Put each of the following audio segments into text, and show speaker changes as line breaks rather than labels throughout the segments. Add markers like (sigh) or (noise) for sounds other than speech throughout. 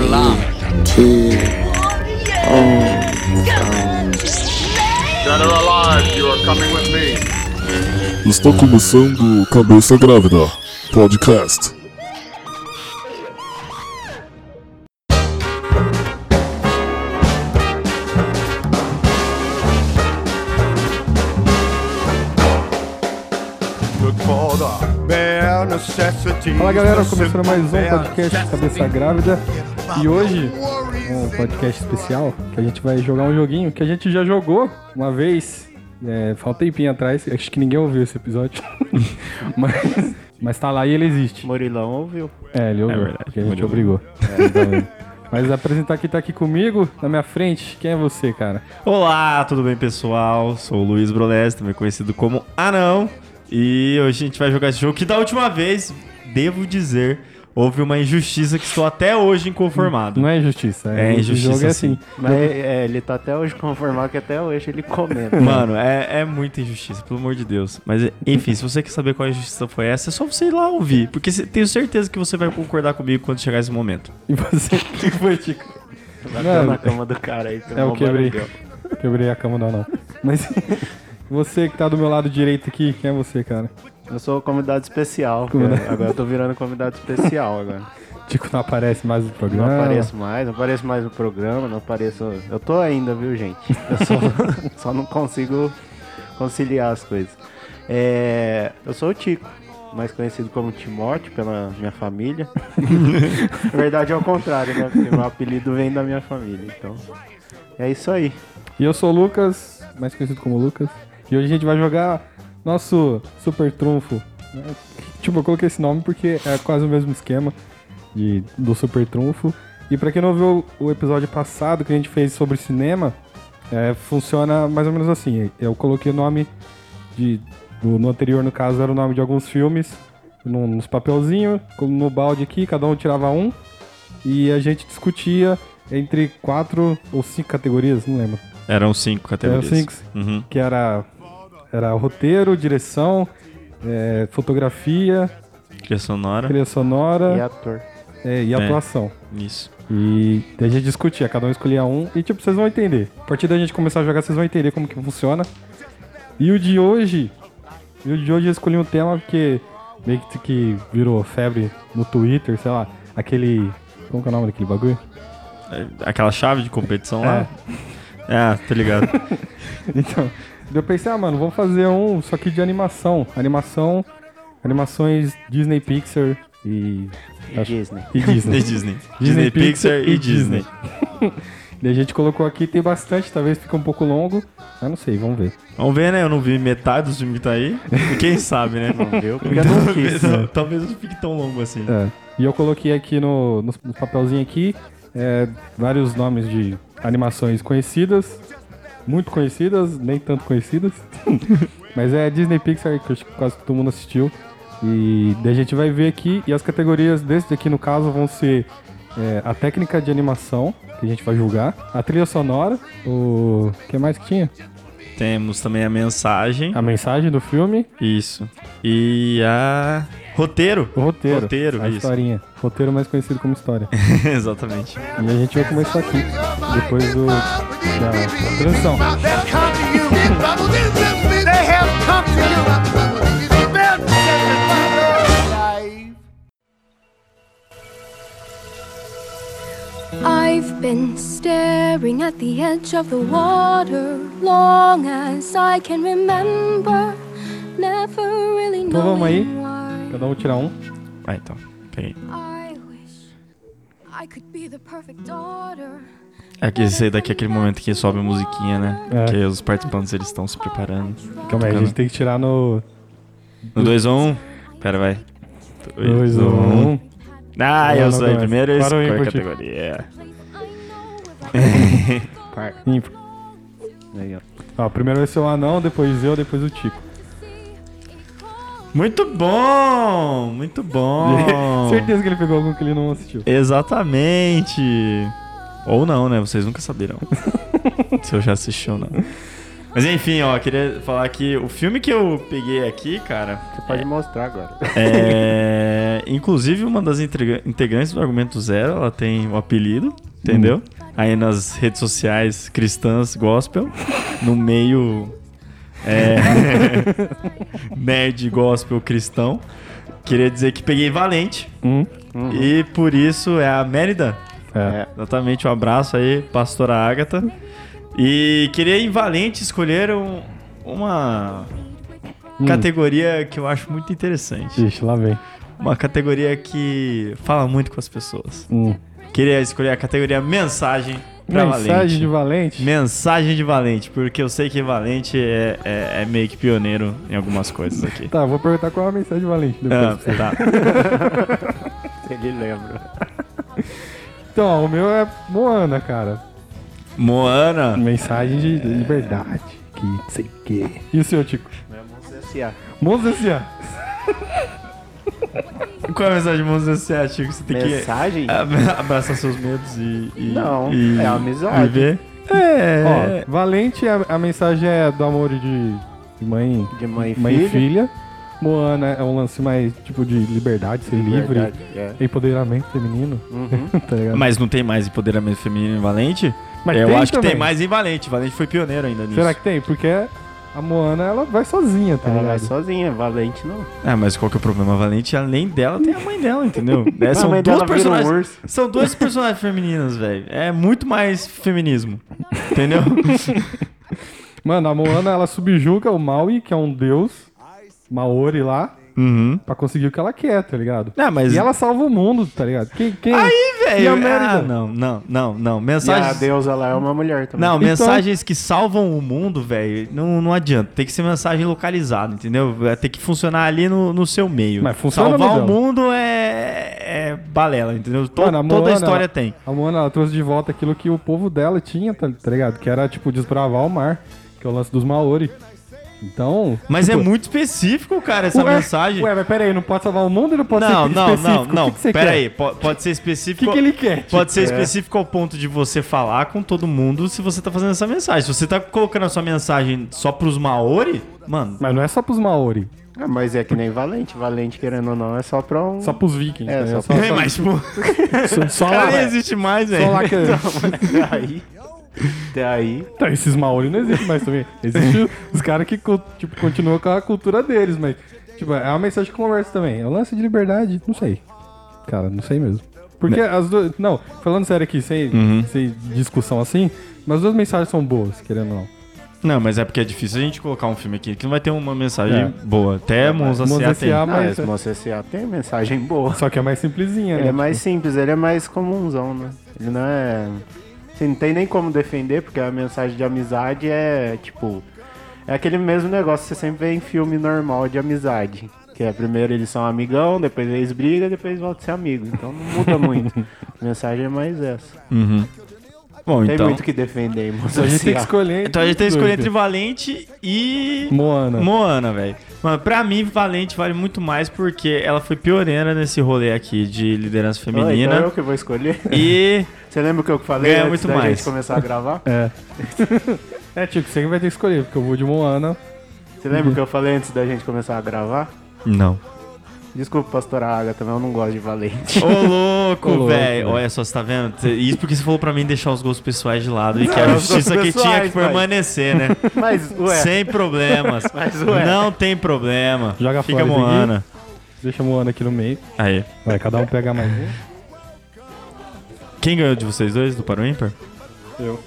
alarm.
T O
Dead or alive, you are coming with me.
Está começando Cabeça Grávida Podcast.
Fala galera, começando mais um podcast Cabeça Grávida. E hoje, um podcast especial que a gente vai jogar um joguinho que a gente já jogou uma vez, é, faz um tempinho atrás. Acho que ninguém ouviu esse episódio, (laughs) mas, mas tá lá e ele existe.
Murilão ouviu.
É, ele ouviu,
verdade,
porque a gente
Murilo.
obrigou. É, ele tá ouvindo. mas apresentar quem tá aqui comigo, na minha frente, quem é você, cara?
Olá, tudo bem, pessoal? Sou o Luiz Brolesi, também conhecido como Anão. E hoje a gente vai jogar esse jogo que da última vez, devo dizer, houve uma injustiça que estou até hoje inconformado.
Não é injustiça,
É
esse
injustiça,
jogo é assim.
sim.
Mas é, ele tá até hoje conformado que até hoje ele
(laughs)
comenta.
Mano, é, é muita injustiça, pelo amor de Deus. Mas, enfim, se você quer saber qual injustiça foi essa, é só você ir lá ouvir. Porque cê- tenho certeza que você vai concordar comigo quando chegar esse momento.
E você, o que foi, Tico?
Bateu Tá na cama do cara aí. pelo
É, eu
amor de
quebrei. (laughs)
Deus.
Quebrei a cama, não, não. Mas (laughs) você que tá do meu lado direito aqui, quem é você, cara?
Eu sou o convidado especial.
Convidado.
cara. Agora eu tô virando convidado especial agora.
Tico não aparece mais no
Não
programa.
apareço mais, não apareço mais no programa, não apareço. Eu tô ainda, viu, gente? Eu só, (laughs) só não consigo conciliar as coisas. É, eu sou o Tico, mais conhecido como Timóteo pela minha família. Na verdade é o contrário, né? Porque meu apelido vem da minha família. Então. É isso aí.
E eu sou o Lucas, mais conhecido como Lucas. E hoje a gente vai jogar nosso super trunfo. né? Tipo, eu coloquei esse nome porque é quase o mesmo esquema de, do super trunfo. E pra quem não viu o episódio passado que a gente fez sobre cinema, é, funciona mais ou menos assim. Eu coloquei o nome de. do- no anterior, no caso, era o nome de alguns filmes, num- nos papelzinhos, como no balde aqui, cada um tirava um. E a gente discutia entre quatro ou cinco categorias, não lembro
Eram cinco categorias.
Eram cinco.
Uhum.
que era, era roteiro, direção, é, fotografia,
Trilha sonora.
trilha
E
sonora
ator.
é, e, atuação.
Isso.
E a gente discutia, cada um escolhia um e tipo, vocês vão entender. A partir da gente começar a jogar, vocês vão entender como que funciona. E o de hoje, e o de hoje eu escolhi um tema porque meio que, que virou febre no Twitter, sei lá, aquele... Como que é o nome daquele bagulho? (laughs)
É, Aquela chave de competição lá.
É.
Ah, tô ligado. (laughs)
Então, daí eu pensei, ah, mano, vamos fazer um só que de animação. Animação, animações Disney Pixar e,
E
Acho-
Disney.
e
Disney.
Disney.
Disney.
Disney
Pixar e Disney.
Daí a gente colocou aqui, tem bastante, talvez fique um pouco longo. Eu não sei, vamos ver.
Vamos ver, né? Eu não vi metade dos filmes que tá aí. E Quem sabe, né?
(laughs)
Não viu? Porque eu (laughs) não quis.
talvez, não, talvez não fique tão longo assim.
É. E eu coloquei aqui no, no, no papelzinho aqui é, vários nomes de animações conhecidas, muito conhecidas, nem tanto conhecidas. Mas é Disney Pixar, que eu acho que quase todo mundo assistiu. E daí a gente vai ver aqui, e as categorias desse aqui no caso vão ser é, a técnica de animação, que a gente vai julgar, a trilha sonora, o que mais que tinha?
Temos também a mensagem.
A mensagem do filme,
Isso. E a. Roteiro.
o roteiro,
Roteiro,
a
isso.
historinha, roteiro mais conhecido como história.
(laughs) Exatamente.
E a gente vai começar aqui, depois do, da transição.
I've been staring at the edge of the water long as I can remember, never really
Então vamos aí.
knowing why.
Cada um tira um.
Ah, então. Peguei.
I wish I could be the perfect daughter.
É que esse aí daqui é aquele momento que sobe a musiquinha, né?
É.
Que os participantes eles estão se preparando.
Calma aí, a gente tem que tirar no
No 2 1 um. Pera, vai.
2, 1.
um.
Um.
Ah,
Não,
eu
não
sou
começa.
em primeiro eu
Para o
escolho a
ímpar, tipo.
categoria. (laughs)
Par.
Ímpar.
Aí, ó.
Ó, primeiro vai ser o anão, depois eu, depois o Tico.
Muito bom! Muito
(laughs)
bom!
Certeza que ele pegou algum que ele não assistiu.
Exatamente! Ou não, né? Vocês nunca saberão. Se eu já assisti ou não. Mas enfim, ó, queria falar que o filme que eu peguei aqui, cara,
Você pode mostrar agora. (laughs)
é. Inclusive, uma das integra- integrantes do Argumento Zero, ela tem o apelido, entendeu? Aí nas redes sociais cristãs gospel, no meio. É, nerd gospel cristão. Queria dizer que peguei Valente. E por isso é a Mérida.
É.
Exatamente, um abraço aí, pastora Agatha. E queria em Valente escolher um- uma
Hum.
categoria que eu acho muito interessante.
Ixi, lá vem.
Uma categoria que fala muito com as pessoas.
Hum.
Queria escolher a categoria mensagem pra
Mensagem
Valente.
de Valente?
Mensagem de Valente, porque eu sei que Valente é, é- é meio que pioneiro em algumas coisas aqui.
Tá, vou perguntar qual é a mensagem de Valente depois.
Ah, tá.
Ele lembra.
Então, ó, o meu é Moana, cara.
Moana.
Mensagem de de liberdade.
Que sei que.
E o seu, Tico?
S.A.
Monza S.A.
Qual é a mensagem de Monza você acha que você tem que.
Mensagem?
Ab- (laughs) Abraçar seus medos e. e-
Não,
e
é amizade.
Viver. É.
Ó, Valente, a, a mensagem é do amor de, de mãe,
De mãe e
mãe e
filho.
filha. Moana é um lance mais tipo de liberdade, ser livre,
Verdade, é.
empoderamento feminino, (laughs)
Uhum.
tá ligado?
Mas não tem mais empoderamento feminino em Valente?
Mas
Eu
tem
acho que
também.
tem mais em Valente. Valente foi pioneiro ainda nisso.
Será que tem? Porque a Moana, ela vai sozinha, tá
Ela vai
ligado?
É, sozinha, valente não.
Ah, mas qual que é o problema? A Valente, além dela, tem a mãe dela, entendeu? É, são
mãe
duas
dela vira um
personagens.
urso.
São duas personagens femininas, velho. É muito mais feminismo. Entendeu?
Mano, a Moana, ela subjuga o Maui, que é um deus, Maori lá,
uhum.
pra conseguir o que ela quer, tá ligado?
Ah, mas.
E ela salva o mundo, tá ligado? Quem, quem...
Aí, velho.
E a Mérida?
Ah, não, não, não, não.
E a
Mensagens.
deusa lá é uma mulher também.
Não,
Então-
mensagens que salvam o mundo, velho, não, não adianta. Tem que ser mensagem localizada, entendeu? Vai ter que funcionar ali no, no seu meio.
Mas funciona,
Salvar o
Miguel?
mundo é, é balela, entendeu? To-
Mano, a
toda
Moana,
a história
ela-
tem.
A Moana, ela trouxe de volta aquilo que o povo dela tinha, tá, tá ligado? Que era, tipo, desbravar o mar, que é o lance dos Maori. Então...
Mas é
tipo,
muito específico, cara, essa
ué,
mensagem.
Ué, mas peraí, não pode salvar o mundo e não pode
não,
ser
não,
específico?
não, não.
O que, que você quer?
Peraí, po- pode, ser
O
específico.
que, que ele quer? tipo?
Pode ser específico ao ponto de você falar com todo mundo se você tá fazendo essa mensagem. Se você tá colocando a sua mensagem só pros Maori, mano,
Mas não é só pros Maori,
Ah, mas é que nem valente. Valente, querendo ou não, é só pra um.
só pros vikings.
É,
né?
só
é mais tipo.
só, só lá,
Cara, nem
velho.
existe mais, velho.
Só lá que...
(laughs) Até aí. Até aí.
Tá, esses Maori não existem mais também. Existem os caras que co- tipo, continuam com a cultura deles, mas. Tipo, é uma mensagem que conversa também. É um lance de liberdade, não sei. Cara, não sei mesmo. Porque as duas. Não, falando sério aqui, sem, sem discussão assim, mas as duas mensagens são boas, querendo ou não.
Não, mas é porque é difícil a gente colocar um filme aqui que não vai ter uma mensagem
É.
boa. Até Monza
Mons
S.A. tem.
S.A.
Ah, mas
mas.
Moça S.A. tem mensagem boa.
Só que é mais simplesinha,
Ele
né?
é mais simples, ele é mais comunzão, né? Ele não é. Assim, não tem nem como defender, porque a mensagem de amizade é tipo. É aquele mesmo negócio que você sempre vê em filme normal de amizade. Que é primeiro eles são amigão, depois eles brigam, depois voltam a ser amigos. Então não muda
(laughs)
muito. A mensagem é mais essa.
Uhum. Bom,
Tem
então.
muito o que defender, moça.
Então a gente tem que escolher.
Então a gente tem que
entre os
escolher entre
dois,
Valente e.
né? Moana.
Moana, velho. Mano, pra mim, Valente vale muito mais porque ela foi pioneira nesse rolê aqui de liderança
Ah, então
feminina.
eu que vou escolher. (laughs)
E.
Você lembra o que eu falei
Ganha
antes
muito
da
mais.
gente começar a
(laughs)
gravar?
É, Tico, você que vai ter que escolher, porque eu vou de Moana.
Você lembra o que eu falei antes da gente começar a gravar? (laughs)
Não.
Desculpa, pastora Agatha, mas eu não gosto de valente. (laughs)
Ô, louco,
louco,
velho.
velho.
Olha só, você tá vendo? Cê- Isso porque você falou pra mim deixar os gostos pessoais de lado e que a
Não, os
justiça que
gostos
tinha que
pessoais, véi.
permanecer, né?
Mas, (laughs) ué,
Sem problemas.
Mas, ué.
Não tem problema.
Joga
Fica
fora isso aqui.
Moana.
Deixa a Moana aqui no meio.
Aí.
Vai, cada um pegar mais um.
Quem ganhou de vocês dois do Paro Ímpar?
Eu.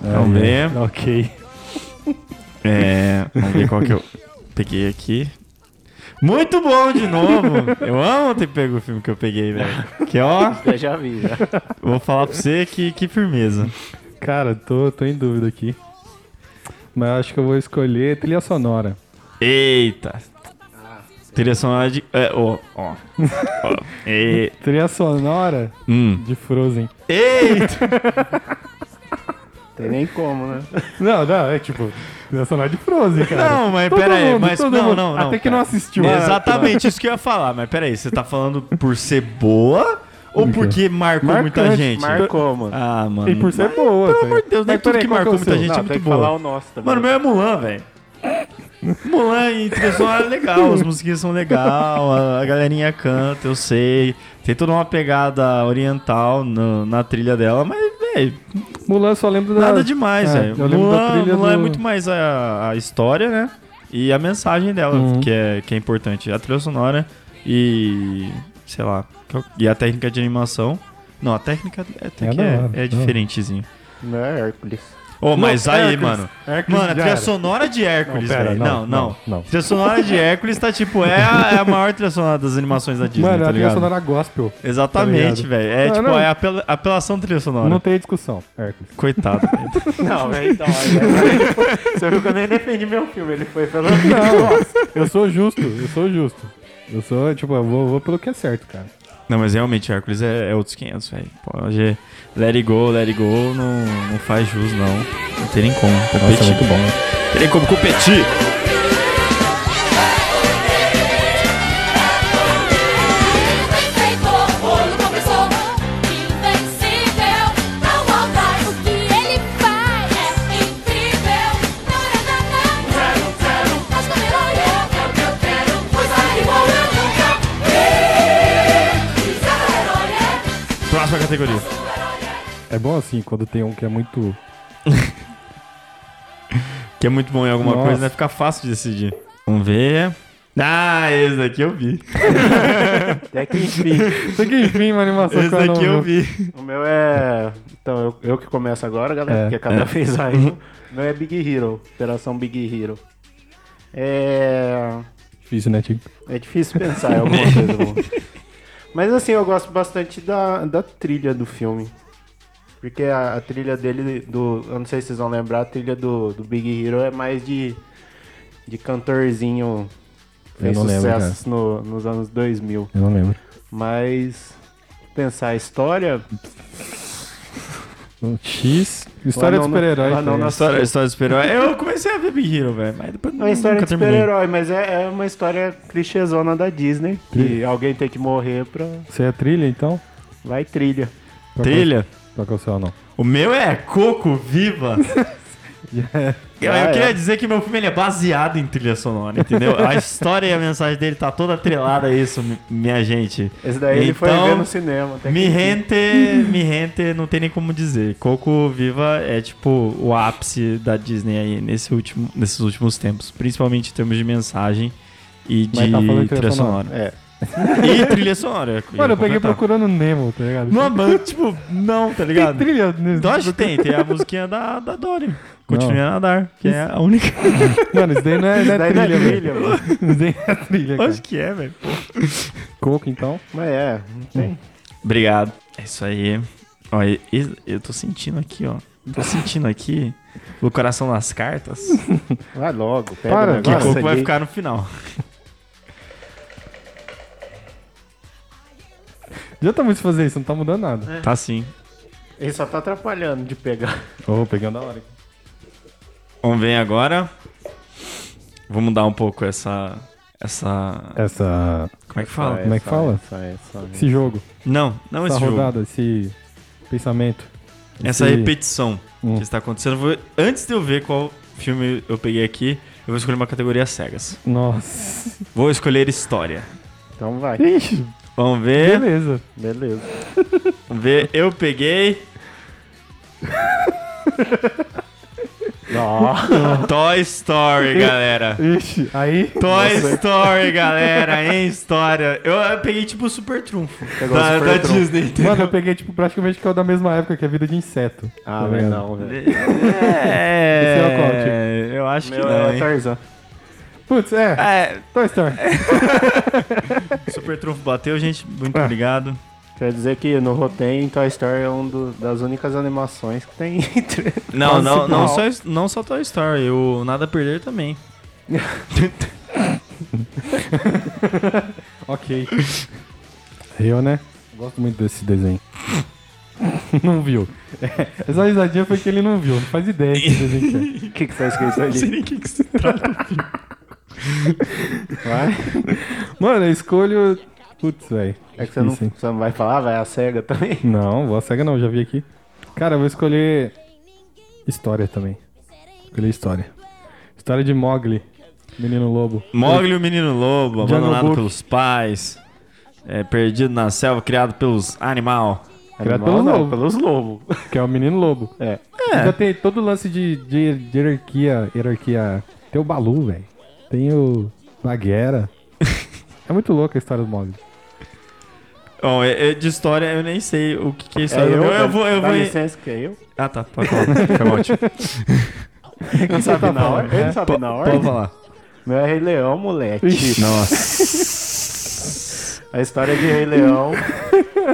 Vamos ver.
Ok.
É. Vamos ver qual que eu peguei aqui. Muito bom de novo! Eu amo ter pego o filme que eu peguei, velho. Que ó,
eu já vi, já.
vou falar pra você que, que firmeza.
Cara, tô, tô em dúvida aqui. Mas eu acho que eu vou escolher trilha sonora.
Eita! Trilha sonora de. É, ó, ó. Ó, e-
Trilha sonora
hum.
de Frozen.
Eita!
Tem nem como, né?
Não, não, é tipo, trilha sonora de Frozen, cara.
Não, mas
Todo
pera aí,
mundo,
mas.
todo
Não,
mundo.
não, não.
Até que não
cara.
assistiu. Ah,
tá Exatamente isso que eu ia falar, mas peraí, você tá falando por ser boa Ou porque marcou muita
Marcante,
gente?
Marcou, mano.
Ah, mano.
E por ser boa.
Pelo
tá
amor de Deus, não é
Mas peraí,
tudo que
qual
marcou
é o seu?
muita gente
Não,
é
tem
muito
que falar o
boa.
nosso
um-
também.
Mano, o meu é Mulan, velho. Mulan e trilha sonora é legal, as musiquinhas são legal, a, a galerinha canta, eu sei. Tem toda uma pegada oriental no- na trilha dela, mas, velho,
Mulan só lembro da.
nada demais,
é,
velho.
eu lembro da
Mulan,
trilha
Mulan é
do-
muito mais a, a história, né? E a mensagem dela,
Uhum.
que, é, que é importante. A trilha sonora e. sei lá. que eu- E a técnica de animação. Não, a técnica é, até
É
que
da
é,
hora,
é
da hora.
diferentezinho.
Não é Hércules.
Ô, mas
Não,
aí,
Hércules.
mano.
Hércules
Mano, a
já
trilha
era.
sonora de Hércules,
Não, pera,
velho. Não,
não,
não.
não, não.
Trilha sonora de Hércules tá tipo, é a, é a maior trilha sonora das animações da Disney,
Mano,
tá
a trilha
ligado?
sonora gospel.
Exatamente,
tá ligado?
velho. É
Não,
tipo,
não.
é apela- apelação trilha sonora.
Não tem discussão, Hércules.
Coitado. velho.
Não, velho, então. aí- Você viu que eu nem defendi meu filme, ele foi
(laughs)
pelo.
Não, eu sou justo, eu sou justo. Eu sou, tipo, eu vou, vou pelo que é certo, cara.
não, mas realmente, Hércules é, é outros 500, velho. Pode... Let it go, let it go, não, não faz jus, não. Não tem nem como competir.
bom.
Não tem nem como competir.
Perfeito, olho compressor, invencível. Não altera o que ele faz, é incrível. Taraná, quero, quero, mas como herói eu quero, quero, pois a igual eu nunca vi. Super-herói é
Próxima categoria.
É bom assim, quando tem um que é muito.
Que é muito bom em alguma
Nossa.
coisa, né? Fica fácil de decidir. Vamos ver. Ah, esse daqui eu vi.
Até É que enfim.
Isso aqui, enfim, uma animação
Esse
que eu não
daqui eu
vi.
vi.
O meu é. Então, eu, eu que começo agora, galera,
É.
porque cada vez aí. O meu é Big Hero, Operação Big Hero. É.
Difícil, né, Tico?
É difícil pensar em alguma coisa boa. Mas assim, eu gosto bastante da, da trilha do filme. Porque a, a trilha dele, do, eu não sei se vocês vão lembrar, a trilha do, do Big Hero é mais de, de cantorzinho. Fez
não lembro,
sucessos no- nos anos 2000.
Eu não lembro.
Mas pensar a história, é
X.
Ah,
História
Lá
de
não-
super-herói.
lá não
tá
na-
ligado?
História, história do super-herói. Eu comecei a ver Big Hero, velho, mas depois
É uma história
Hum, nunca
de
terminei.
super-herói, mas é, é uma história clichêzona da Disney. Que alguém tem que morrer pra.
Você é trilha, então?
Vai trilha.
Qual que é-
Trilha?
Qual que é o seu, não?
O meu é Coco
(laughs)
Viva. Eu, eu
Ah, é.
queria dizer que meu filme ele é baseado em trilha sonora, entendeu? a história e a mensagem dele tá toda atrelada a isso, mi- minha gente.
Esse daí ele foi
Então,
ver no cinema. até
Me
que-
rente, me rente, não tem nem como dizer. Coco Viva é tipo o ápice da Disney aí nesse último, nesses últimos tempos, principalmente em termos de mensagem e de
Mas tá falando de trilha
trilha sonora.
sonora.
É.
E trilha sonora.
Mano, eu peguei
ia completar.
procurando Nemo, tá ligado?
Não, mano, tipo, não, tá
tem
ligado?
trilha. né?
Então acho que tem, tem a musiquinha da, da Dory. Continue a nadar, que é a (laughs) única.
Mano, isso daí não é, não é
Daí não é
trilha, velho.
trilha, mano.
Isso daí não é trilha, cara.
acho que é, velho.
Coco, então.
Mas é, não tem.
Obrigado. É isso aí. Ó, e- e- eu tô sentindo aqui, ó. Tô sentindo aqui o coração nas (laughs) cartas.
Vai logo, pega
Para,
o
Que o
negócio
coco vai
ali.
ficar no final.
Já tá muito fazer isso, não tá mudando nada.
(laughs) Tá sim.
Ele só tá atrapalhando de pegar.
Ô, pegando a hora. aqui.
Vamos ver agora. Vou mudar um pouco essa. Essa.
Essa.
Como é que fala?
Como é que fala?
Só é, só é.
Esse jogo.
Não, não
essa
esse jogo.
rodada, esse pensamento.
Essa
Esse-
repetição
Hum.
que está acontecendo. Eu vou- antes de eu ver qual filme eu peguei aqui, eu vou escolher uma categoria cegas.
Nossa.
Vou escolher história.
Então vai.
(laughs) Ixi,
Vamos ver.
beleza.
Beleza.
Vamos ver. Eu peguei
Nossa,
Toy Story, galera.
Ixi, aí.
Toy Story, galera, em história. Eu, eu peguei tipo o super trunfo
Pegou
da,
o super
da
trunfo.
Disney. entendeu?
Mano, eu peguei, tipo, praticamente que é o da mesma época que é vida de inseto.
Ah,
Tá
mas
ligado?
não, velho.
Esse é o qual,
É, eu acho que
Meu
não,
é
hein?
o Tarzan.
Putz, é.
É,
Toy Story.
super trunfo bateu, gente. Muito
É.
obrigado.
Quer dizer que no Rotem, Toy Story é uma das únicas animações que tem. (laughs)
Não, não, não,
não.
só, não só Toy Story, o Nada a Perder também.
ok. (laughs) Eu, né? Gosto muito desse desenho. (laughs) não viu. (laughs) Essa risadinha foi que ele não viu. Não faz ideia que desenho que é.
O que, que tá escrito ali?
nem o que, que se trata.
Vai.
Mano, eu é. escolho Putz, velho.
É que você não,
Difícil, hein?
você não vai falar, vai a cega também?
Não, vou a cega não, já vi aqui. Cara, eu vou escolher história também. Escolher história. História de Mogli, menino lobo.
Mogli, o menino lobo,
Jungle
abandonado
Book.
pelos pais, é, perdido na selva, criado pelos animal.
Criado
Animal
pelo
não,
lobo.
pelos lobos.
Que é o menino lobo.
É.
Ainda tem todo o lance de, de, de hierarquia, hierarquia. Tem o Balu, velho. Tem o
(laughs)
Baguera. é muito louca a história do Mogli.
Bom, é- é de história eu nem sei o que, que é história. eu, eu
dá-
vou, eu
dá
vou.
licença que é eu.
Ah, tá, pode falar. Fica bom, tio.
Ele sabe na hora. Ele não sabe na hora.
Pode falar.
Meu é Rei Leão, moleque.
Nossa.
A história de Rei Leão,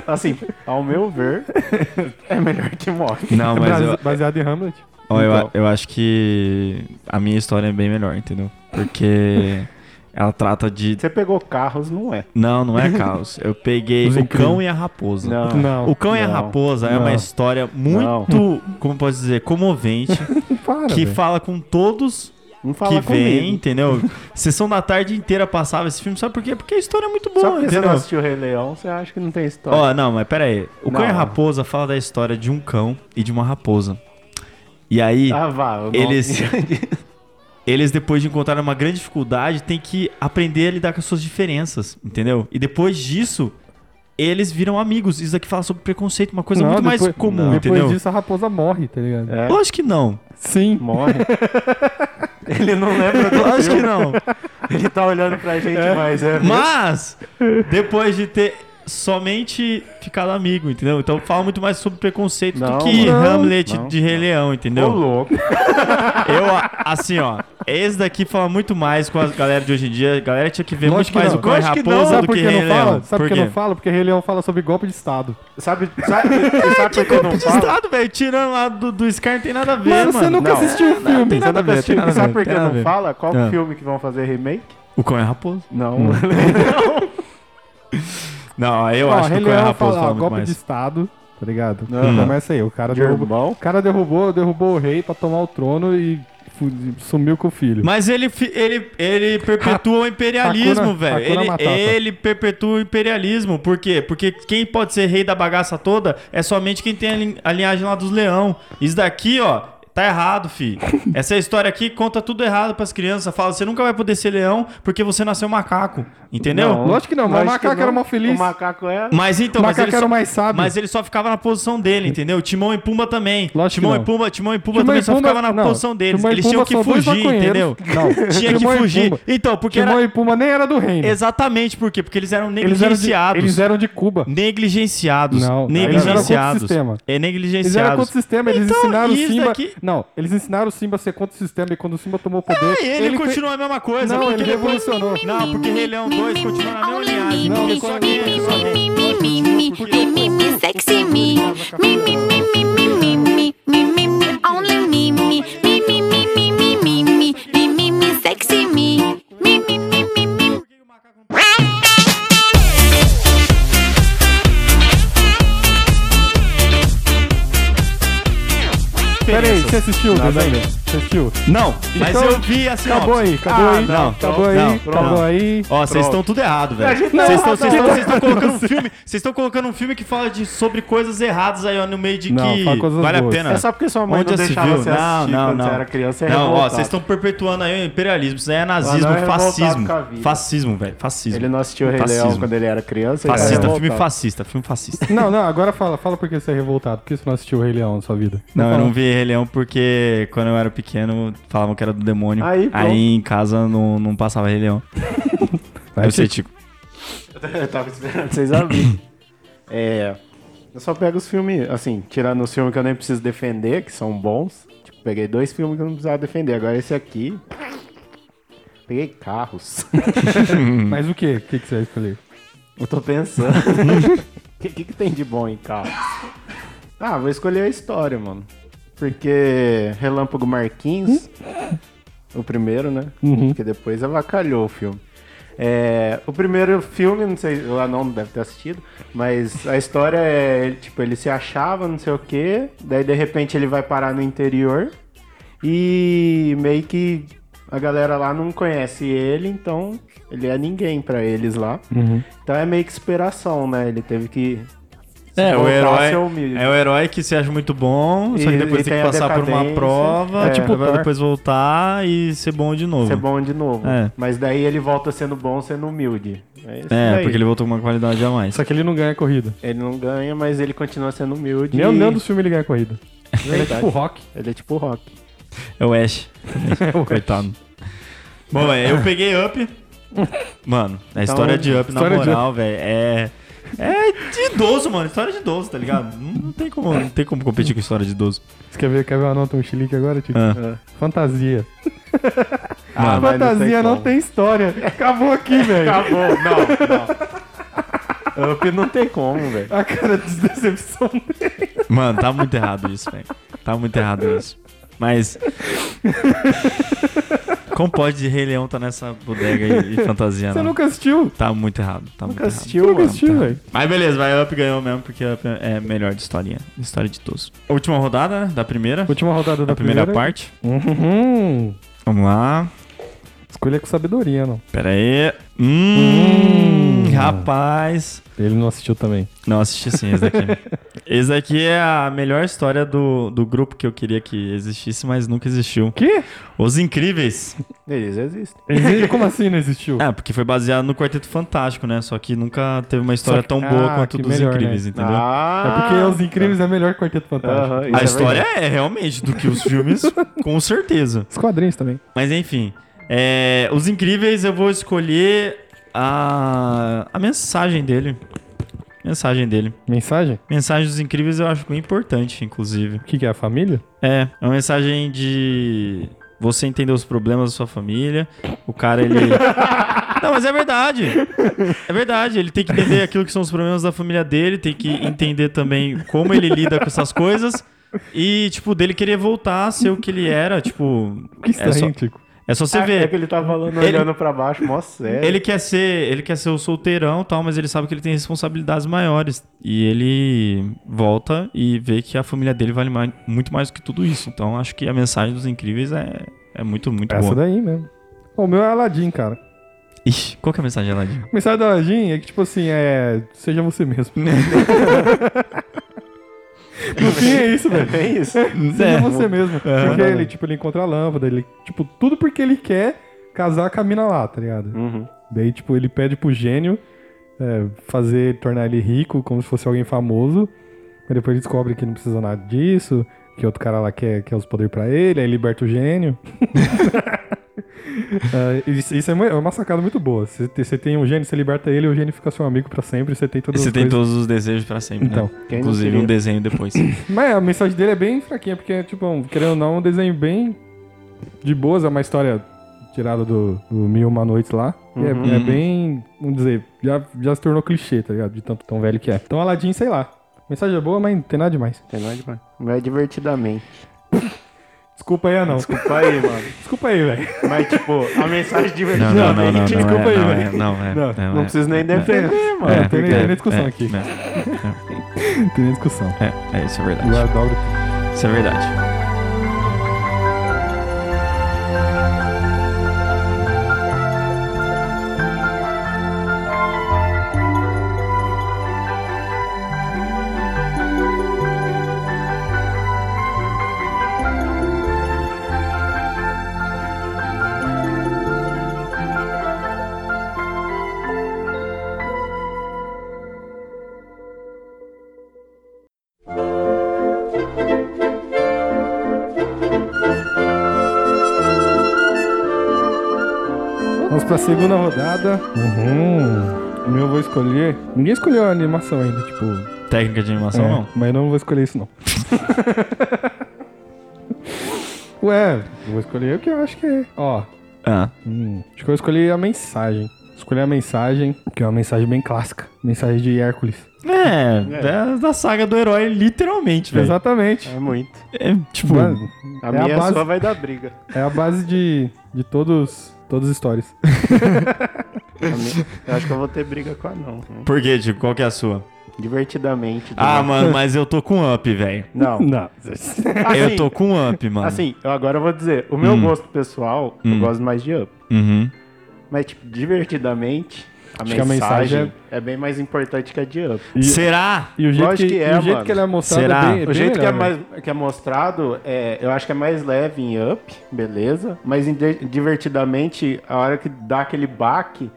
assim, ao meu ver, é melhor que morte.
(laughs)
Não, É, mas eu,
Base- Baseado em Hamlet.
ó, eu, eu acho que a minha história é bem melhor, entendeu? Porque ela trata de.
Você pegou carros, não é.
Não, não é caos. Eu peguei
Os
o
incríveis.
cão e a raposa.
Não.
Não.
O Cão e a
Não.
Raposa é uma
Não.
história muito, como posso dizer, comovente,
Para,
que
velho.
fala com todos
Não fala
que vem,
comigo.
entendeu? Sessão da tarde inteira passava esse filme, sabe por quê? Porque a história é
Só
muito boa,
porque você
entendeu?
não assistiu Rei Leão, você acha que não tem história.
Ó, não, mas pera aí. O Cão e a
Não.
Raposa fala da história de um cão e de uma raposa. E aí,
ah, vá. eu não-
eles- eles depois de encontrar uma grande dificuldade, têm que aprender a lidar com as suas diferenças, entendeu? E depois disso, eles viram amigos. Isso aqui fala sobre preconceito, uma coisa
Não,
muito mais
depois-
comum,
Depois
entendeu?
disso a raposa morre, tá
(laughs)
ligado?
É,
Lógico que não.
Sim.
morre. Ele não lembra do
Lógico que não.
Ele tá olhando pra gente, mas é.
Mas, depois de ter somente ficado amigo, entendeu? Então fala muito mais sobre preconceito
Não,
do que
não,
Hamlet
não,
de Rei Leão, entendeu?
Ô, louco.
Eu, a- assim, ó, esse daqui fala muito mais com a galera de hoje em dia. A galera tinha que ver
Lógico
muito mais
que
o
não.
Cão e
Lógico que não.
Raposa
Sabe
do
por
que
que
Rei
não fala?
Leão.
Sabe por que não fala? Porque Rei Leão fala sobre golpe de Estado.
Sabe, sabe,
(laughs)
sabe por que não fala?
Estado, velho, tirando lá do, do Scar, não tem nada a ver,
Mano,
mano.
você nunca
não.
assistiu o filme.
tem nada a ver,
Sabe,
tem nada a ver,
sabe por
tem
que
nada a
não
ver.
fala? Qual
Ah.
filme que vão fazer remake?
O Cão é Raposa.
Não. (laughs)
Não, eu
Ó,
acho que
Rei
o Cão é
Leão fala,
Raposa
ó,
fala muito
golpe de
mais.
Estado, tá ligado?
Não.
Começa aí, o cara
De
derrubou.
irmão?
O cara derrubou, derrubou o rei pra tomar o trono e fu- sumiu com o filho.
Mas ele, fi- ele, ele perpetua o imperialismo,
Hakuna-
velho.
Hakuna
Ele,
Matata.
ele perpetua o imperialismo. Por quê? Porque quem pode ser rei da bagaça toda é somente quem tem a lin- a linhagem lá dos leão. Isso daqui, ó, tá errado,
(laughs)
fi. Essa história aqui conta tudo errado pras crianças. Fala, você nunca vai poder ser leão porque você nasceu macaco. Entendeu?
Lógico que não, mas o macaco era mó feliz.
O macaco é- era.
Mas então,
O
mas
macaco
ele,
era
só,
o mais sábio.
mas ele só ficava na posição dele, entendeu? Timão e Pumba também.
Lógico que
Timão e
não.
Pumba, Timão e Pumba
Timão
também
e
só
Pumba-
ficava na
não,
posição deles.
Timão e
Eles
Pumba
tinham que
são dois
fugir,
maconheiros.
entendeu?
(laughs) Não,
(laughs) Tinha
Timão
que
e
fugir.
Pumba.
Então, porque
Timão
era
e Puma nem era do reino.
Exatamente por quê? Porque eles eram
Eles eram, de,
negligenciados.
eles eram de Cuba.
Negligenciados.
Não, eles eram contra o
negligenciados.
sistema.
É
Eles eram
negligenciados.
contra o sistema, eles
Então,
ensinaram o
isso
Simba.
daqui-
Não, eles ensinaram o Simba a ser contra o sistema e quando o Simba tomou o poder.
Ah,
fe-
ele, continua a mesma coisa.
Não,
porque
ele
depois-
revolucionou.
Não, porque Rei Leão 2 continua na mesma linhagem.
Não,
porque
ele
só
só-
quem é- só quem-
me, me, me, me, me, sexy me. Me, me, me, me, me, me, me, me, me, me, only me, me. Me, me, me, me, me, me, me, me, me, me, sexy me. Me, me, me, me, me.
Pera aí,
diferenças.
você assistiu,
Nada
Desenho?
aí.
Você assistiu?
Não, mas
Então,
eu vi assim, ó.
Acabou aí, acabou
Ah,
aí.
Não,
acabou
não,
aí,
não,
acabou
não.
aí.
Ó, vocês estão tudo errado, velho.
não,
Vocês estão-
não.
vocês estão vocês estão colocando um filme, vocês estão colocando um filme que fala de sobre coisas erradas aí ó, no meio de
Não,
que
fala coisas
vale a
boas.
pena.
É só porque sua mãe
Onde
não
já se
deixava
viu?
você
não,
assistir
não,
quando
não.
você era criança. é
não, ó,
revoltado.
vocês estão perpetuando aí o imperialismo. Isso aí é nazismo,
Ah, não, é revoltado
fascismo.
com a vida.
Fascismo, velho. Fascismo.
Ele não assistiu o Rei
Fascismo.
Leão quando ele era criança. ele
Fascista, é
era
filme
revoltado.
fascista, filme fascista.
Não, não, agora fala, fala por que você é revoltado. Por que você não assistiu o Rei Leão na sua vida?
(laughs) Não, eu
Fala.
não vi Rei Leão porque quando eu era pequeno falavam que era do demônio.
Aí,
Aí,
pronto.
em casa não, não passava Rei
(laughs)
Leão.
Vai
eu sei, tipo,
te-
Tico.
Eu tava esperando vocês
(laughs)
abrirem. é. Eu só pego os filmes, assim, tirando os filmes que eu nem preciso defender, que são bons. Tipo, peguei dois filmes que eu não precisava defender. Agora esse aqui. Peguei carros. (laughs)
Mas o quê? O que, que você vai escolher?
Eu tô
(laughs)
pensando. O que, que que tem de bom em carro? Ah, vou escolher a história, mano. Porque Relâmpago Marquinhos, o primeiro, né?
Uhum.
Porque depois avacalhou o filme. É, o primeiro filme, não sei, lá não deve ter assistido, mas a história é, ele, tipo, ele se achava, não sei o quê, daí de repente ele vai parar no interior e meio que a galera lá não conhece ele, então ele é ninguém pra eles lá.
Uhum.
Então é meio que inspiração, né? Ele teve que.
É, o
voltar a
herói.
ser humilde.
É o herói que se acha muito bom, só
E-
que depois
e
tem que
tem a
passar por uma
decadência.
prova,
É.
tipo, vai depois voltar e ser bom de novo.
Ser bom de novo.
Uhum. É.
Mas daí ele volta sendo bom, sendo humilde. É, isso
É,
daí.
porque ele voltou com uma qualidade a mais.
Só que ele não ganha corrida.
Ele não ganha, mas ele continua sendo humilde.
Nem,
e-
nem do filme ele ganha corrida. Ele é
Verdade.
tipo rock.
Ele é tipo rock.
É o Ash. Coitado. Bom, é, eu peguei Up. Mano, a história de Up, na
história de
moral, velho, é... É de idoso, mano. História de idoso, tá ligado? Não, não tem como, não tem como competir com história de idoso.
Você quer ver, quer ver uma nota, um chilique agora, Tico?
Ah.
Fantasia.
Ah,
mas
Fantasia não
como.
tem história. Acabou aqui, velho.
Acabou, Tá não, não. (laughs) Up não tem como, velho.
A cara de decepção dele.
Mano, tá muito errado isso, velho. Tá muito errado isso. Mas... Como pode de Rei Leão tá nessa bodega e, e fantasia,
Você
não?
nunca assistiu.
Tá muito errado. Tá muito errado.
Você nunca assistiu,
Tá.
velho.
Mas beleza, vai Up ganhou mesmo, porque Up é melhor de historinha. História de todos. Última rodada, né? Da primeira.
Última rodada da é
da primeira, parte.
Uhum.
Vamos lá.
Escolha com sabedoria, não.
Pera aí. Hum, rapaz.
Ele não assistiu também.
Não, assisti sim
(laughs)
esse daqui. esse daqui é a melhor história do, do grupo que eu queria que existisse, mas nunca existiu.
Que?
Os Incríveis.
Eles existem.
Como assim não existiu?
É, porque foi baseado no Quarteto Fantástico, né? Só que nunca teve uma história
Só que-
tão boa
Ah,
quanto
que
dos
melhor,
Incríveis,
né?
entendeu?
É
Ah,
porque Os Incríveis é melhor que Quarteto Fantástico.
Aham, isso
A
é
história
verdade.
é realmente do que os
(laughs)
filmes, com certeza.
Os quadrinhos também.
Mas enfim, é, os incríveis eu vou escolher a, a mensagem dele. Mensagem dele.
Mensagem?
Mensagem dos incríveis eu acho bem importante, inclusive.
O que, que é a família?
É, é uma mensagem de você entender os problemas da sua família. O cara, ele.
(laughs)
Não, mas é verdade. É verdade. Ele tem que entender aquilo que são os problemas da família dele, tem que entender também como ele lida com essas coisas. E, tipo, dele querer voltar a ser o que ele era. Tipo,
O que
é só,
estranho, Tico.
é só você
É,
ver.
que ele tá falando
Ele-
olhando pra baixo, mó
É.
sério.
Ele quer ser, ele quer ser o solteirão, e tal, mas ele sabe que ele tem responsabilidades maiores e ele volta e vê que a família dele vale mais- muito mais do que tudo isso. Então acho que a mensagem dos incríveis é, é muito muito
Essa
boa.
daí mesmo. Pô, o meu é Aladdin, cara.
Ixi, qual que é a mensagem Aladdin?
A mensagem do Aladdin é que, tipo assim, é. Seja você mesmo. no fim é isso, velho.
É isso.
Seja
É.
você mesmo. Porque ele, tipo, ele encontra a lâmpada, ele. Tipo, tudo porque ele quer casar com a mina lá, tá ligado?
Uhum.
Uhum.
Daí, tipo, ele pede pro gênio é, fazer, tornar ele rico, como se fosse alguém famoso. Mas depois ele descobre que não precisa nada disso, que outro cara lá quer, quer os poderes pra ele, aí liberta o
(laughs)
gênio. É, isso isso é mu- é uma sacada muito boa. Você te- você tem um gênio, você liberta ele, o gênio fica seu amigo pra sempre, você tem todas
Você
as
tem
coisas.
todos os desejos pra sempre, né?
Então,
quem não
inclusive
queria?
um desenho (laughs) depois.
Mas a mensagem dele é bem fraquinha, porque, é, tipo, um, querendo ou não, um desenho bem de boas. É uma história tirada do, do Mil e Uma Noites lá. E é-
Uhum.
É, bem, vamos dizer, já, já se tornou clichê, tá ligado? De tanto tão velho que é. Então, Aladdin, sei lá. Mensagem é boa, mas não tem nada demais.
Tem nada demais. Mas é divertidamente.
Desculpa aí, Anão.
Desculpa aí, mano.
Desculpa aí, velho.
Mas, tipo, a mensagem
Não,
divertidamente.
não, não, não, não,
desculpa
é,
aí,
não,
velho.
é, não, é,
Não,
é,
Não
é.
preciso nem defender, mano.
Não tem nem-
é,
nem discussão
é,
aqui.
É,
Não tem nem discussão.
é, é, isso é
Eu
verdade.
adoro.
Isso é verdade.
Vamos pra segunda rodada. Uhum. O meu eu vou escolher. Ninguém escolheu a animação ainda, tipo.
Técnica de animação,
é,
não.
Mas eu não vou escolher isso, não. (laughs) Ué, eu vou escolher o que eu acho que é. Ó,
Ah,
hum, acho que eu escolhi a mensagem. Escolhi a mensagem, que é uma mensagem bem clássica. Mensagem de Hércules.
É, da, da saga do herói, literalmente, velho.
Exatamente.
É muito.
É, tipo,
Mano,
A
É a
minha
base.
só vai dar briga.
É a base de, de todos, todas as histórias.
A minha- Eu acho que eu vou ter briga com a não.
por quê, tipo, qual que é a sua?
Divertidamente.
Ah,
demais.
mano, mas eu tô com up, velho.
(laughs)
Não.
Não.
Eu tô com Hum. up, mano.
Assim, eu agora vou dizer, o meu gosto pessoal,
Hum.
eu gosto mais de up.
Uhum.
Mas, tipo, divertidamente, a
que a
mensagem,
mensagem
é bem mais importante que a de up.
Será?
E o jeito,
Lógico
que,
que é,
e o jeito
mano.
que ela é mostrada
Será?
é bem, é
O
bem
jeito que é,
melhor,
mais, que é mostrado, é, eu acho que é mais leve em up, beleza. Mas em de- divertidamente, a hora que dá aquele baque,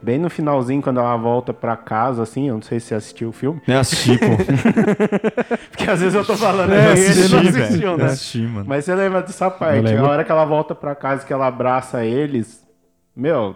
bem no finalzinho, quando ela volta pra casa, assim, eu não sei se você assistiu o filme. (laughs)
Eu assisti, pô.
Porque às vezes eu tô falando
Eu
é,
assisti,
ele não
velho.
assistiu,
Eu
né?
assisti, mano.
Mas você lembra dessa
Eu
parte?
lembro.
A hora que ela volta pra casa, que ela abraça eles, meu,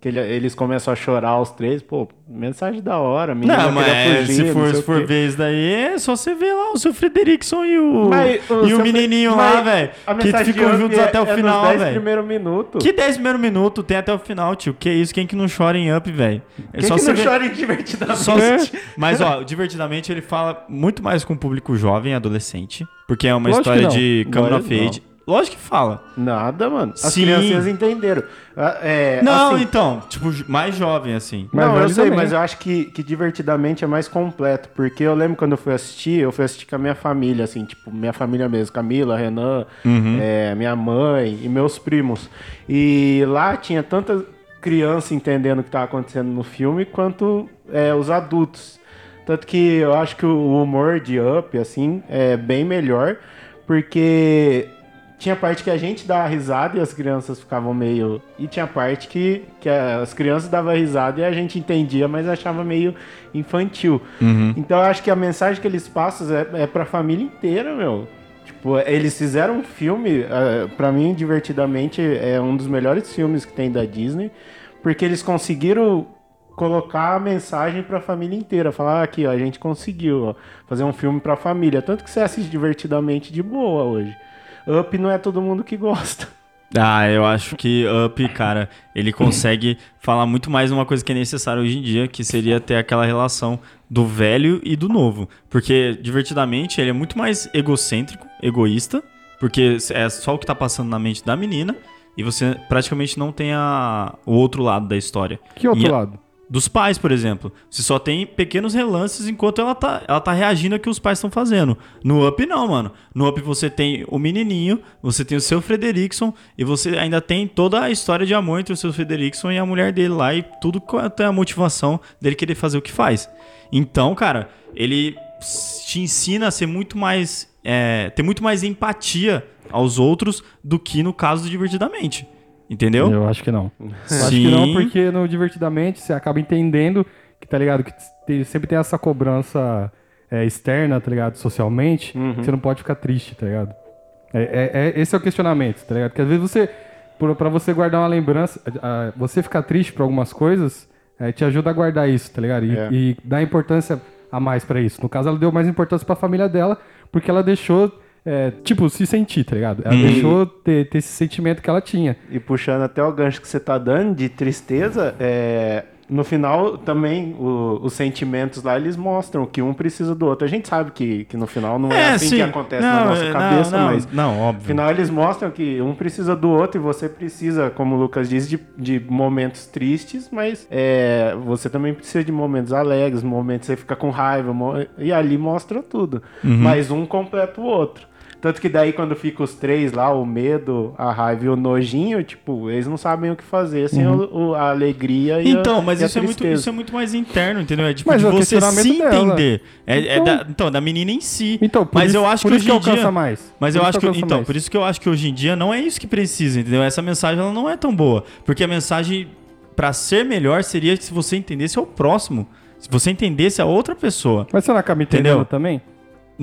que ele- eles começam a chorar os três, pô, mensagem da hora, a menina
Não, mas
queria
é,
fugir,
se for,
não sei
se
o
for
quê.
ver isso daí, é só você ver lá o seu Frederickson e o,
Mas
e o
seu-
menininho
mas
lá, velho.
a
Que
mensagem de
ficam
Up
juntos
é-
até o
é nos
final,
10
velho.
primeiro minuto.
Que 10 primeiro minuto tem até o final, tio. Que isso, quem que não chora em up, velho? É
Quem
só
que
você
não
ver-
chora divertidamente?
Só se- Mas, ó, divertidamente ele fala muito mais com o público jovem e adolescente. Porque é uma
Lógico que
história
não.
de coming of
Lógico
age. Lógico que fala.
Nada, mano. As
Sim.
criancinhas entenderam. Ah, é,
Não,
assim,
então, tipo, jo- mais jovem, assim.
Mas
não, eu
vale
sei,
também.
mas eu acho que, que divertidamente é mais completo. Porque eu lembro quando eu fui assistir, eu fui assistir com a minha família, assim, tipo, minha família mesmo, Camila, Renan,
Uhum.
é, minha mãe e meus primos. E lá tinha tanta criança entendendo o que estava acontecendo no filme, quanto é, os adultos. Tanto que eu acho que o humor de Up, assim, é bem melhor, porque tinha parte que a gente dava risada e as crianças ficavam meio. E tinha parte que, que as crianças davam risada e a gente entendia, mas achava meio infantil. Então eu acho que a mensagem que eles passam é, é pra família inteira, meu. Tipo, eles fizeram um filme, eh, pra mim, divertidamente, é um dos melhores filmes que tem da Disney, porque eles conseguiram colocar a mensagem pra família inteira, falar "Ah, aqui, ó, a gente conseguiu, ó, fazer um filme pra família, tanto que você assiste divertidamente de boa hoje. Up não é todo mundo que gosta.
Ah, eu acho que Up, cara, ele consegue (laughs) falar muito mais uma coisa que é necessária hoje em dia, que seria ter aquela relação do velho e do novo. Porque, divertidamente, ele é muito mais egocêntrico, egoísta, porque é só o que tá passando na mente da menina, e você praticamente não tem a, o outro lado da história.
Que outro
E a-
lado?
Dos pais, por exemplo. Você só tem pequenos relances enquanto ela tá, ela tá reagindo ao que os pais estão fazendo. No Up, não, mano. No Up você tem o menininho, você tem o seu Frederickson e você ainda tem toda a história de amor entre o seu Frederickson e a mulher dele lá e tudo quanto é a motivação dele querer fazer o que faz. Então, cara, ele te ensina a ser muito mais. é, ter muito mais empatia aos outros do que no caso do Divertidamente. Entendeu?
Eu acho que não. Eu acho
Sim.
que não, porque no Divertidamente você acaba entendendo que, tá ligado, que te- sempre tem essa cobrança é, externa, tá ligado, socialmente, que você não pode ficar triste, tá ligado? É, é- é- esse é o questionamento, tá ligado? Porque às vezes você, por- pra você guardar uma lembrança, a- a- você ficar triste por algumas coisas, é, te ajuda a guardar isso, tá ligado? E,
É.
e dá importância a mais pra isso. No caso, ela deu mais importância pra família dela, porque ela deixou, é, tipo, se sentir, tá ligado? Ela deixou ter, ter esse sentimento que ela tinha.
(laughs) E puxando até o gancho que você tá dando de tristeza, é, no final também o- os sentimentos lá eles mostram que um precisa do outro. A gente sabe que, que no final não é, assim que acontece na nossa
é,
cabeça,
não,
mas
Não,
No
óbvio.
final eles mostram que um precisa do outro e você precisa, como o Lucas disse, de, de momentos tristes, mas é, você também precisa de momentos alegres, momentos que você fica com raiva, mo- e ali mostra tudo.
Uhum.
Mas um completa o outro. Tanto que daí quando fica os três lá, o medo, a raiva e o nojinho, tipo, eles não sabem o que fazer sem o- o- a alegria e a-
Uhum. Então, mas
e a
isso é, muito,
tristeza.
isso é muito mais interno, entendeu? É tipo
Mas
de
é o
você se
questionamento dela.
entender. É, é
Então-
da, então, da menina em si.
Então, por
mas
isso,
eu acho
por
que
isso
hoje em
alcança
dia.
mais.
Mas
Por
eu
isso
acho que.
alcança
Então,
mais.
por isso que eu acho que hoje em dia não é isso que precisa, entendeu? Essa mensagem ela não é tão boa. Porque a mensagem, pra ser melhor, seria se você entendesse ao próximo. Se você entendesse a outra pessoa.
Mas você não acaba entendendo
Entendeu?
também?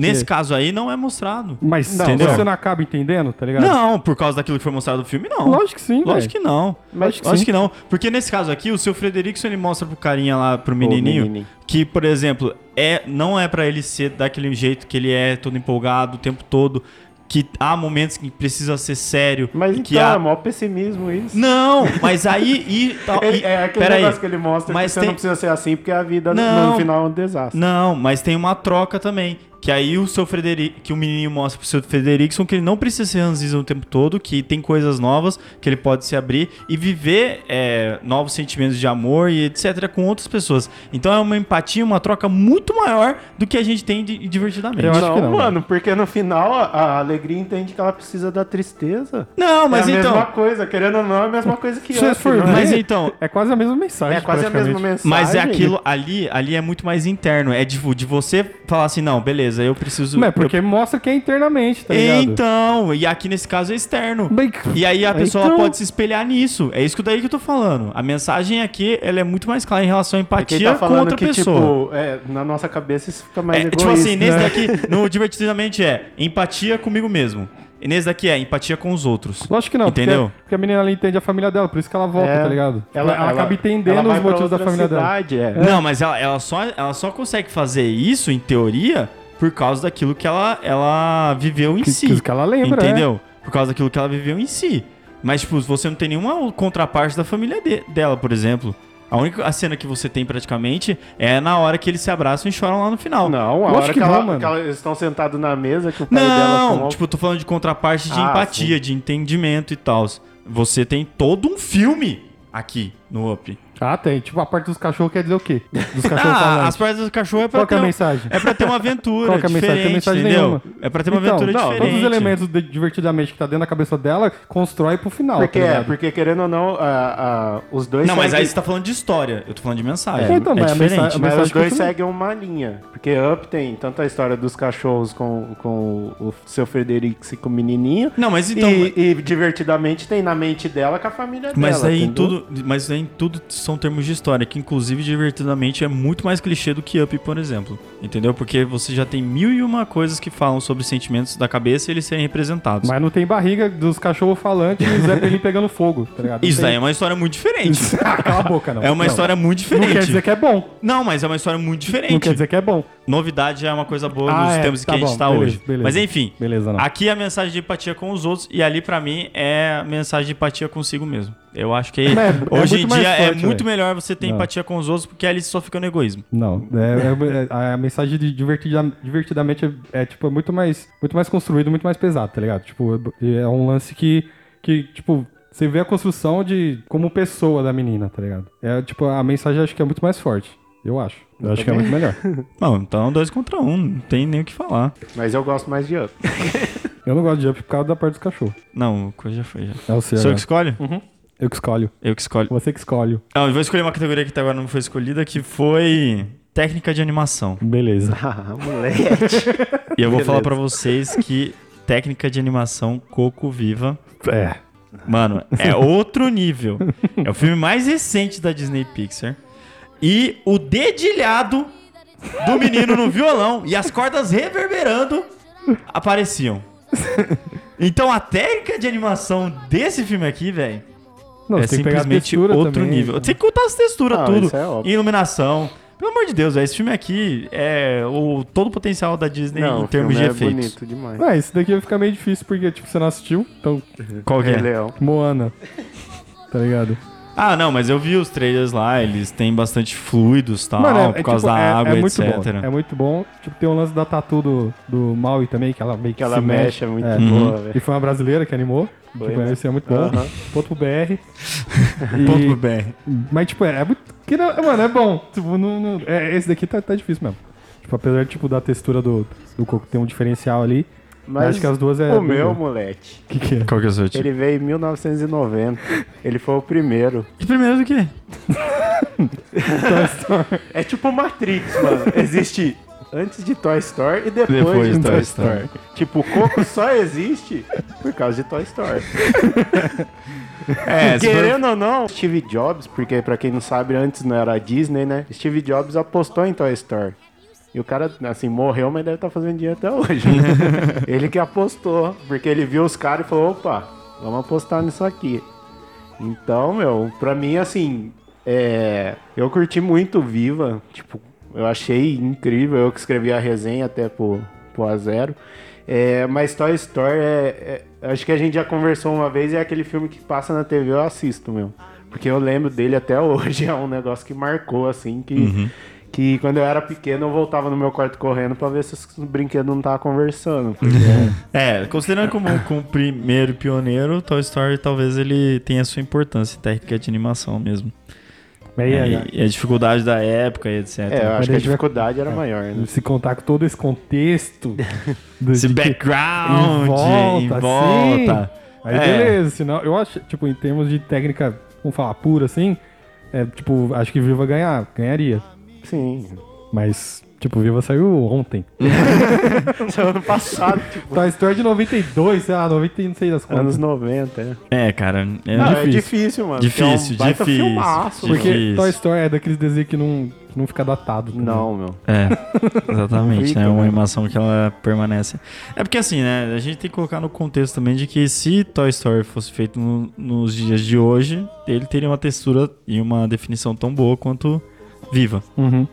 Nesse
Sim.
caso aí, não é mostrado.
Mas
Não,
entendeu?
não.
você não acaba entendendo, tá ligado?
Não, por causa daquilo que foi mostrado no filme, não.
Lógico que sim,
Lógico que não.
Lógico
Lógico,
que sim.
que não. Porque nesse caso aqui, o seu Frederickson ele mostra pro carinha lá, pro menininho,
menininho.
que, por exemplo, é não é pra ele ser daquele jeito que ele é, todo empolgado o tempo todo, que há momentos que precisa ser sério.
Mas
e
então,
que
é
há...
mó pessimismo isso.
Não, mas aí... E,
(laughs)
tal,
Ele-
e-
é aquele
peraí.
negócio que ele mostra
Mas
que você
tem-
não precisa ser assim, porque a vida
Não.
no final é um desastre.
Não, mas tem uma troca também. Que aí o seu Frederico, que o menino mostra pro seu Frederickson que ele não precisa ser ranzinza o tempo todo, que tem coisas novas, que ele pode se abrir e viver é, novos sentimentos de amor e etc. com outras pessoas. Então é uma empatia, uma troca muito maior do que a gente tem de, divertidamente.
Eu acho que não.
mano, porque no final a, a alegria entende que ela precisa da tristeza.
Não, mas
é a
então.
mesma coisa, querendo ou não, é a mesma coisa que
Se você
antes,
for
não
ver,
é?
Mas então-
É quase a mesma mensagem.
É quase a mesma
praticamente.
mensagem.
Mas é aquilo ali, ali é muito mais interno. É de, de você falar assim, não, beleza, eu preciso.
Mas porque mostra que é internamente, tá ligado?
Então, e aqui nesse caso é externo.
Bem,
E aí a
Então-
pessoa pode se espelhar nisso. É isso que daí que eu tô falando. A mensagem aqui, ela é muito mais clara em relação à
Quem
empatia
tá
com
falando
outra
que,
pessoa.
tipo, é, na nossa cabeça isso fica mais
É,
egoísta.
tipo assim, nesse
né?
daqui, no divertidamente é empatia comigo mesmo. E nesse daqui é empatia com os outros.
Lógico que não, porque-
Entendeu?
Porque, a menina ela entende a família dela, por isso que ela volta,
É.
tá ligado? Ela, ela acaba entendendo
ela vai
os
pra
motivos da
outra
família dela.
cidade, é.
Não, mas ela, ela só, ela só consegue fazer isso, em teoria, por causa daquilo que ela, ela viveu em
Que-
si.
que- que ela lembra, né?
Entendeu? Por causa daquilo que ela viveu em si. Mas, tipo, você não tem nenhuma contraparte da família de- dela, por exemplo. A única a cena que você tem praticamente é na hora que eles se abraçam e choram lá no final.
Não, a
Lógico
hora que,
que não,
ela-
mano.
que ela- eles estão sentados na mesa, que o pai dela um
Não,
fumou-
tipo, eu tô falando de contraparte de
Ah,
empatia, de entendimento e tal. Você tem todo um filme aqui no Up.
Ah, tem. Tipo, a parte dos cachorros quer dizer o quê?
(laughs)
Dos cachorros
Ah,
falando.
as partes do cachorro é pra
Qual que é
ter
a
um-
mensagem?
É pra ter uma aventura
(laughs) Qual que é a mensagem?
diferente,
Tem mensagem
entendeu?
nenhuma.
É pra ter uma aventura
então,
diferente.
Todos os elementos de- divertidamente que tá dentro da cabeça dela, constrói pro final.
Porque,
tá
é,
ligado?
porque querendo ou não, a- a- os dois
Não, mas aí
seguem,
você tá falando de história. Eu tô falando de mensagem.
É,
É,
então, mas a
diferente.
mensa-
mas
mensagem
os dois
continua.
seguem uma linha. Porque Up tem tanto a história dos cachorros com, com o, o seu Frederico e com o menininho.
Não, mas então-
E, e divertidamente tem na mente dela com a família dela.
Mas aí, em
entendeu?
tudo, mas aí em tudo são termos de história, que inclusive divertidamente é muito mais clichê do que Up, por exemplo. Entendeu? Porque você já tem mil e uma coisas que falam sobre sentimentos da cabeça e eles serem representados.
Mas não tem barriga dos cachorros falantes e o Zé Pelim pegando fogo, tá ligado? Não
Isso
tem-
daí é uma história muito diferente.
(laughs) Ah, cala a boca, não.
(laughs) É uma
Não.
história muito
Não
diferente.
quer dizer que é bom.
Não, mas é uma história muito diferente.
Não quer dizer que é bom.
Novidade é uma coisa boa
Ah,
nos
é,
tempos em
tá
que a gente
bom,
tá
beleza,
hoje.
beleza.
Mas enfim,
Beleza, não.
aqui é a mensagem de empatia com os outros e ali pra mim é a mensagem de empatia consigo mesmo. Eu acho que
é
hoje
muito
em
mais
dia é
forte,
muito
velho.
melhor você ter empatia com os outros porque ali você só fica no egoísmo.
Não, é- é- é- a mensagem de divertida, divertidamente é, é, tipo é muito mais muito mais construído, muito mais pesado, tá ligado? Tipo, é é um lance que que tipo você vê a construção de como pessoa da menina, tá ligado? É tipo a mensagem acho que é muito mais forte, eu acho. Eu acho que é muito melhor.
Não, então dois contra um, não tem nem o que falar.
Mas eu gosto mais de Up.
Eu não gosto de up por causa da parte dos cachorros.
Não, coisa já foi já.
É o seu.
Sou eu
né?
que escolho?
Eu que escolho.
Eu que escolho.
Você que escolhe.
Não, eu vou escolher uma categoria que até agora não foi escolhida, que foi técnica de animação.
Beleza.
(laughs) Ah, moleque.
E eu vou falar
Beleza.
pra vocês que técnica de animação Coco Viva
É.
Mano, é outro nível. É o filme mais recente da Disney Pixar. E o dedilhado do menino no violão e as cordas reverberando apareciam. Então a técnica de animação desse filme aqui, velho,
Não,
é
você tem que pegar a
simplesmente
textura
outro
também,
nível.
então.
Tem que contar as texturas,
Não,
tudo.
isso é óbvio.
iluminação. Pelo amor de Deus, véi, esse filme aqui é o todo o potencial da Disney em termos de
é
efeitos.
bonito demais.
Ah, esse daqui vai ficar meio difícil porque tipo você não assistiu, então
Qual que
Rei
é?
Leão.
Moana. Tá ligado?
Ah, não, mas eu vi os trailers lá, eles têm bastante fluidos e tal, Ah, por causa
tipo,
da
é-
água,
é muito
etc.
Bom, é muito bom. Tipo, tem o lance da tatu do, do Maui também, que ela meio que,
Que ela
se
mexe,
mexe. Uhum.
é muito boa,
E
velho.
foi uma brasileira que animou.
Foi,
tipo,
né?
esse é muito bom.
Aham.
Ponto pro
(laughs)
BR.
Ponto pro
E-
BR.
Mas, tipo, é, é muito. que não- mano, é bom. Tipo, não, não- é, esse daqui tá, tá difícil mesmo. Tipo, apesar tipo, da textura do, do coco ter um diferencial ali.
Mas
acho que as duas é.
O meu, moleque.
O (laughs) que, que é?
Qual que é o seu time?
Ele veio em 1990. Ele foi o primeiro.
Primeiro do quê?
É tipo Matrix, mano. Existe antes de Toy Story e depois,
Depois
de Toy, Story. Tipo, o coco só existe por causa de Toy Story.
(laughs) É, se for-
Querendo ou não, Steve Jobs, porque pra quem não sabe, antes não era a Disney, né? Steve Jobs apostou em Toy Story. E o cara, assim, morreu, mas deve estar fazendo dinheiro até hoje. né?
(laughs)
ele que apostou, porque ele viu os caras e falou, opa, vamos apostar nisso aqui. Então, meu, pra mim, assim, é, eu curti muito Viva, tipo, eu achei incrível, eu que escrevi a resenha até pro, pro A Zero. É, mas Toy Story, é, é- acho que a gente já conversou uma vez, é aquele filme que passa na TV, (laughs) eu assisto, meu. Porque eu lembro dele até hoje, é um negócio que marcou, assim, que, que quando eu era pequeno eu voltava no meu quarto correndo pra ver se os brinquedos não estavam conversando. porque (laughs)
É,
(laughs)
considerando como, como primeiro pioneiro, Toy Story talvez ele tenha sua importância em técnica de animação mesmo. É,
Mas e aí,
E, e a dificuldade da época e etc.
é, eu
Mas
acho que
daí
a
tiver-
dificuldade era maior, (laughs) né?
Se contar com todo esse
(laughs)
contexto. do-
Esse
de que-
background,
Em volta, assim.
em volta.
Aí
É.
beleza, senão eu acho, tipo, em termos de técnica, vamos falar, pura assim, é, tipo, acho que Viva ganhar, ganharia.
Sim.
Mas, tipo, Viva saiu ontem.
Isso é ano passado, tipo,
Toy Story é de 92, sei lá, 90 e não sei das
anos
contas.
90, é.
É, cara, é
Não, é
difícil.
difícil, mano. porque é
Difícil,
um baita
difícil,
Filmaço,
difícil.
mano.
Porque Toy Story é daqueles desenhos que não, que não fica datado. tá ligado?
Não, meu.
É, exatamente, né? É uma
né?
animação que ela permanece. É porque assim, né? A gente tem que colocar no contexto também de que se Toy Story fosse feito no- nos dias de hoje, ele teria uma textura e uma definição tão boa quanto viva.
Uhum.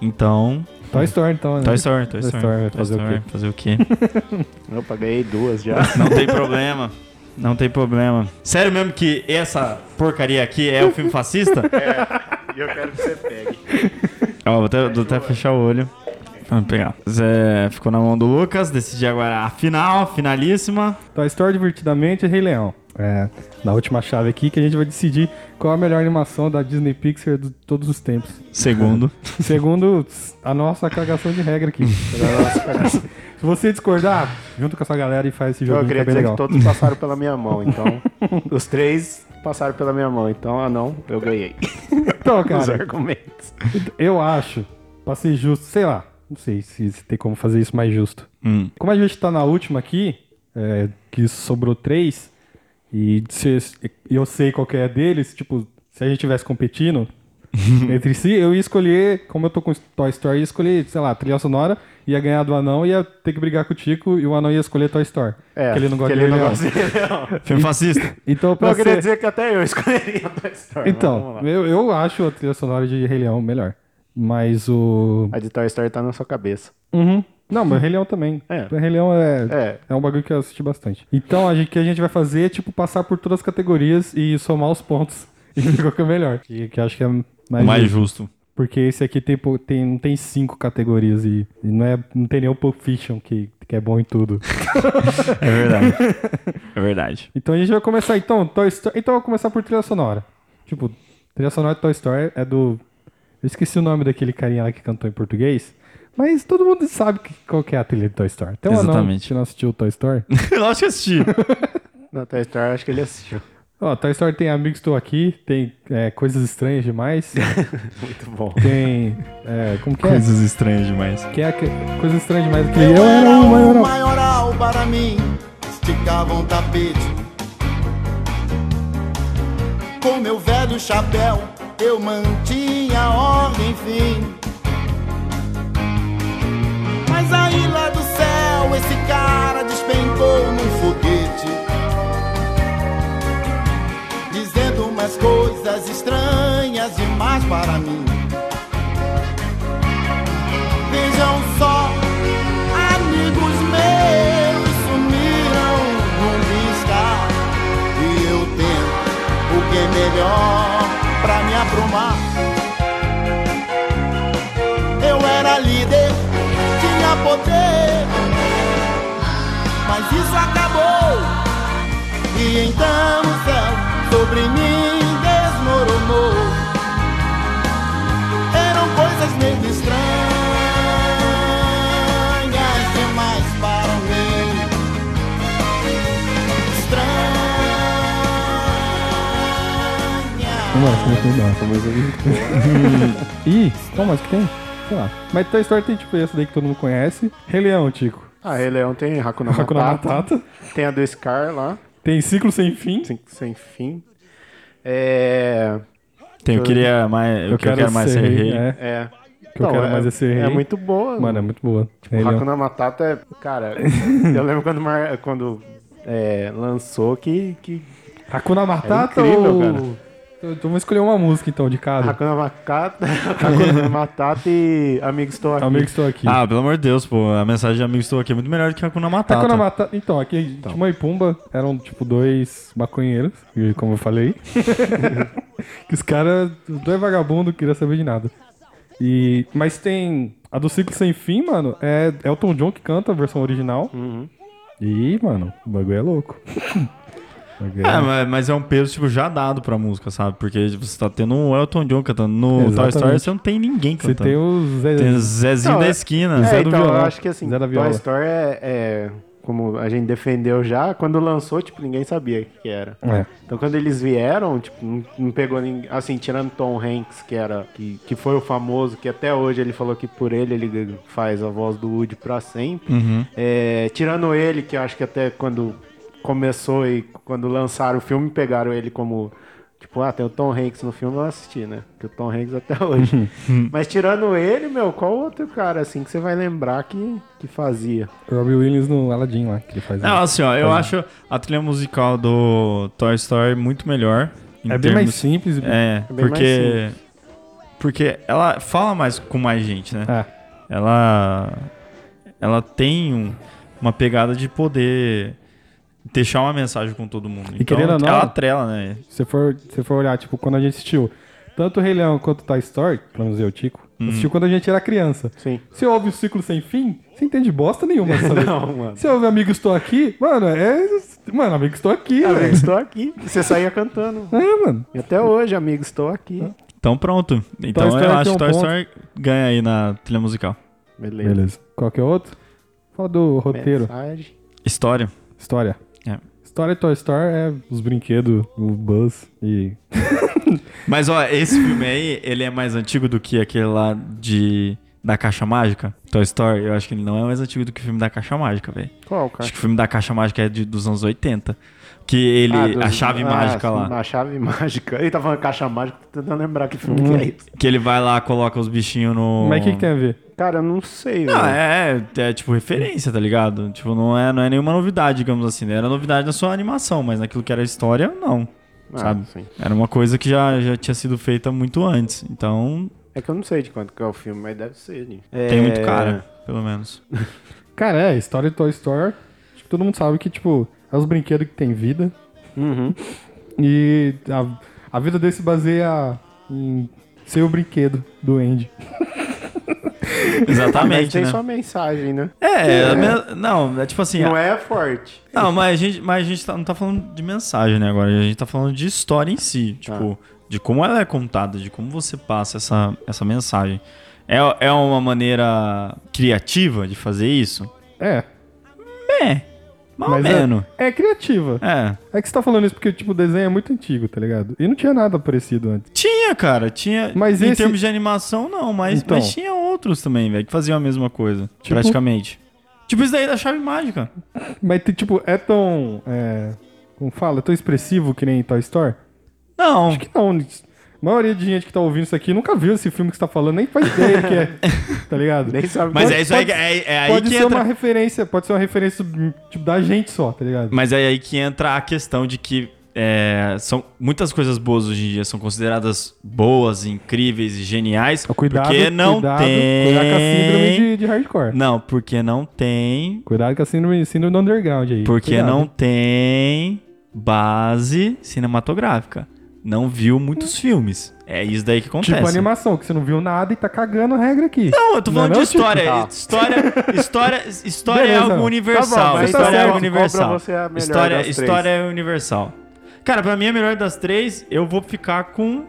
Então,
Toy Story, então, né?
Toy Story, Toy
Toy
Story.
Story vai fazer o
Story, fazer o quê?
Eu paguei duas já.
Não tem problema. Não tem problema. Sério mesmo que essa porcaria aqui é o
(laughs)
filme fascista?
É, E eu quero que você pegue.
Ó, vou até, vou até fechar o olho. Vamos pegar. Zé, ficou na mão do Lucas. Decidi agora a final, finalíssima.
Toy Story divertidamente é Rei Leão. É, na última chave aqui que a gente vai decidir qual a melhor animação da Disney Pixar de todos os tempos.
Segundo.
Segundo a nossa cagação de
(laughs)
regra aqui. Se você discordar, junto com essa galera e faz esse
Eu
jogo que é
queria
bem
dizer
legal.
que todos passaram pela minha mão, (laughs) então. os três passaram pela minha mão, então, ah não, eu ganhei. (laughs)
Então,
Os
cara,
argumentos.
eu acho, pra ser justo, sei lá, não sei se, se tem como fazer isso mais justo.
Hum.
Como a gente tá na última aqui, é, que sobrou três, e se- eu sei qual que é deles, tipo, se a gente tivesse competindo entre si, eu ia escolher, como eu tô com Toy Story, eu ia escolher, sei lá, trilha sonora, ia ganhar do anão, ia ter que brigar com o Tico, e o anão ia escolher Toy Story.
É,
porque ele não gosta
porque
de
ele
Rei
não
Leão.
gosta de Rei (laughs) Leão.
(laughs) Filme fascista.
Então, pra
Não, eu queria
ser-
dizer que até eu escolheria Toy Story. mas
Então,
vamos lá.
eu, eu acho a trilha sonora de Rei Leão melhor. Mas o.
A de Toy Story tá na sua cabeça.
Uhum. Não, mas Rei Leão também.
É.
O Rei Leão é,
É.
é. um bagulho que eu assisti bastante. Então, a gente, o que a gente vai fazer é, tipo, passar por todas as categorias e somar os pontos (laughs) e ver qual que é o melhor. Que, que eu acho que é mais.
Mais
justo.
justo.
Porque esse aqui tem, pou- tem, não tem cinco categorias e, e não, é, não tem nem o Pulp Fiction, que, que é bom em tudo.
É (laughs) verdade. É verdade.
Então a gente vai começar então, Toy Story. Então eu vou começar por trilha sonora. Tipo, trilha sonora de Toy Story é do. Eu esqueci o nome daquele carinha lá que cantou em português. Mas todo mundo sabe que- qual que é a trilha de Toy Story. Tem um anão
Exatamente.
que não assistiu o Toy Story.
(laughs) Eu acho que assisti.
Na Toy Story, eu acho que ele assistiu.
Ó, Toy Story tem Amigos Estou Aqui, tem é, Coisas Estranhas Demais,
Muito bom.
tem... é, como que é?
(laughs) Coisas estranhas demais.
Que é aque- Coisas Estranhas Demais, que eu era o maioral.
maioral para mim, esticavam um tapete. Com meu velho chapéu, eu mantinha a ordem, enfim. Mas aí lá do céu, esse cara despencou num foguete. Dizendo umas coisas estranhas demais para mim. Vejam só Amigos meus sumiram com vista E eu tento o que é melhor pra me aprumar Eu era líder, tinha poder Mas isso acabou E então o céu sobre mim desmoronou eram coisas meio estranhas demais para um mim. Estranhas.
Nossa, muito legal. Ih, qual mais que tem? Sei lá. Mas Toy Story tem tipo essa daí que todo mundo conhece. Rei Leão, Tico.
Ah, Rei Leão tem Hakuna,
Hakuna
Matata.
Matata.
Tem a do Scar lá,
Tem Ciclo Sem Fim.
sem, sem fim. É...
Tem, eu queria mais. Eu, quero, mais ser rei.
É,
É...
que eu quero mais é ser rei.
É muito boa.
Mano, é muito boa. Ele é-
Hakuna Matata é.
(laughs)
Cara, eu lembro quando, mar- quando é, lançou que, que
Hakuna Matata
É incrível,
ou...
cara.
Eu, eu vou escolher uma música, então, de cada.
Hakuna Matata, (laughs) Hakuna Matata e Amigos Estou Aqui.
Amigo que estou aqui.
Ah, pelo amor de Deus, pô. A mensagem de amigos estou aqui é muito melhor do que a Hakuna Matata.
Hakuna Matata... Então, aqui,
Tá.
Timão e Pumba eram, tipo, dois maconheiros, e
(laughs)
como eu falei. que os caras... Os dois vagabundos não queriam saber de nada. E, mas tem a do Ciclo Sem Fim, mano. É Elton John que canta a versão original.
Uhum.
E, mano, o bagulho é
(laughs)
louco. O bagulho é-
É, mas- mas é um peso, tipo, já dado pra música, sabe? Porque você tá tendo um Elton John cantando. No Toy
Exatamente.
Story você não tem ninguém
Você
cantando.
tem os.
tá. Tem o Zezinho
Não,
da
é-
esquina.
Zé
É,
do
então,
violão.
eu acho que assim,
Zé da
Toy
viola.
Story é, é, como a gente defendeu já, quando lançou, tipo, ninguém sabia o que era.
É.
Então quando eles vieram, tipo, não, não pegou ninguém, assim, tirando Tom Hanks, que era, que, que foi o famoso, que até hoje ele falou que por ele ele faz a voz do Woody pra sempre.
Uhum.
É, tirando ele, que eu acho que até quando começou e quando lançaram o filme, pegaram ele como... Tipo, ah, tem o Tom Hanks no filme, eu assisti, né? Porque o Tom Hanks até
Uhum.
hoje. Mas tirando ele, meu, qual outro cara, assim, que você vai lembrar que, que fazia?
O Robbie Williams no Aladdin lá, que ele faz.
Não, assim, ó, eu acho a trilha musical do Toy Story muito melhor. em
é bem mais
termos-
simples.
É,
bem mais
porque. Porque ela fala mais com mais gente, né?
É.
Ela. Ela tem um- uma pegada de poder deixar uma mensagem com todo mundo. então,
querendo ou não-
ela trela, né?
Se você for, se você for olhar, tipo, quando a gente assistiu tanto o Rei Leão quanto Toy Story, pelo menos eu, Tico,
Uhum.
assistiu quando a gente era criança.
Sim.
Você ouve o Ciclo Sem Fim, você entende bosta nenhuma.
(laughs)
Sabe?
Não, mano.
Você ouve Amigo Estou Aqui, mano, é... Mano, Amigo Estou Aqui,
Amigo,
velho.
estou aqui. E Você saía cantando.
É, mano.
E até hoje, amigo, estou aqui.
Então pronto. Então
Story
eu
tem
acho que
um
Toy
ponto.
Story ganha aí na trilha musical.
Beleza.
Beleza. Qual que é o outro? Fala do roteiro.
Mensagem.
História.
História.
É.
História Toy Story é os brinquedos, o Buzz e...
Mas ó, esse filme aí, ele é mais antigo do que aquele lá de. Da Caixa Mágica, Toy Story, eu acho que ele não é mais antigo do que o filme da Caixa Mágica, velho.
Qual,
Acho
cara?
que o filme da Caixa Mágica é de, dos anos 80. Que ele.
Ah, dos-
a chave
ah,
mágica
sim,
lá.
A chave mágica. Ele tá falando caixa mágica, tô tentando lembrar que filme que é isso.
Que ele vai lá, coloca os bichinhos no.
Mas o é que, que tem a ver?
Cara, eu não sei,
Não,
velho.
é, é, é, tipo referência, tá ligado? Tipo, não é, não é nenhuma novidade, digamos assim. né? Era novidade na sua animação, mas naquilo que era história, não.
Ah,
sabe?
sim.
Era uma coisa que já, já tinha sido feita muito antes. Então,
É que eu não sei de quanto que é o filme, mas deve ser, gente.
tem
É,
muito cara, pelo menos.
(laughs)
Cara, é, História Toy Story, acho que todo mundo sabe que, tipo, é os brinquedos que tem vida.
Uhum.
E a, a vida dele se baseia em ser o brinquedo do Andy.
Mas
Exatamente,
tem
né?
sua mensagem, né?
É, a men- não, é tipo assim...
Não
a-
é forte.
Não, mas a gente, mas a gente tá- não tá falando de mensagem, né, agora. A gente tá falando de história em si. Tipo,
Ah.
de como ela é contada, de como você passa essa, essa mensagem. É, é uma maneira criativa de fazer isso?
É,
É,
Mas
mais ou
é-
menos.
é criativa.
É.
É que você tá falando isso porque, tipo, o desenho é muito antigo, tá ligado? E não tinha nada parecido antes.
Tinha, cara, tinha.
Mas
em
esse-
termos de animação, não, mas,
Então.
mas tinha outros também, velho, que faziam a mesma coisa, praticamente. Tipo isso daí da chave mágica.
Mas, tem, tipo, é tão. É, como fala? É tão expressivo que nem Toy Story?
Não,
Acho que não. A maioria de gente que tá ouvindo isso aqui nunca viu esse filme que você tá falando, nem faz ideia que é. Tá (laughs) ligado?
Nem sabe
mas
quanto-
é isso aí, que- é, é aí
pode
que
ser
entra.
uma referência, pode ser uma referência tipo, da gente só, tá ligado?
Mas é aí que entra a questão de que é, são muitas coisas boas hoje em dia são consideradas boas, incríveis e geniais,
Cuidado,
porque não
cuidado,
tem.
cuidado com a síndrome de, de hardcore.
Não, porque não tem,
Cuidado com a síndrome, síndrome do underground aí. tá
porque
Cuidado.
não tem base cinematográfica. Não viu muitos filmes. É isso daí que
Tipo
acontece.
animação, que você não viu nada e tá cagando a regra aqui.
Não, eu tô falando
Não, não,
de história.
tipo, tá.
História, história, história é
Beleza.
algo
Tá
universal.
bom, mas
história
tá
é algo
certo.
universal.
Qual pra você é a melhor
história,
das três?
história é universal. Cara, pra mim a melhor das três, eu vou ficar com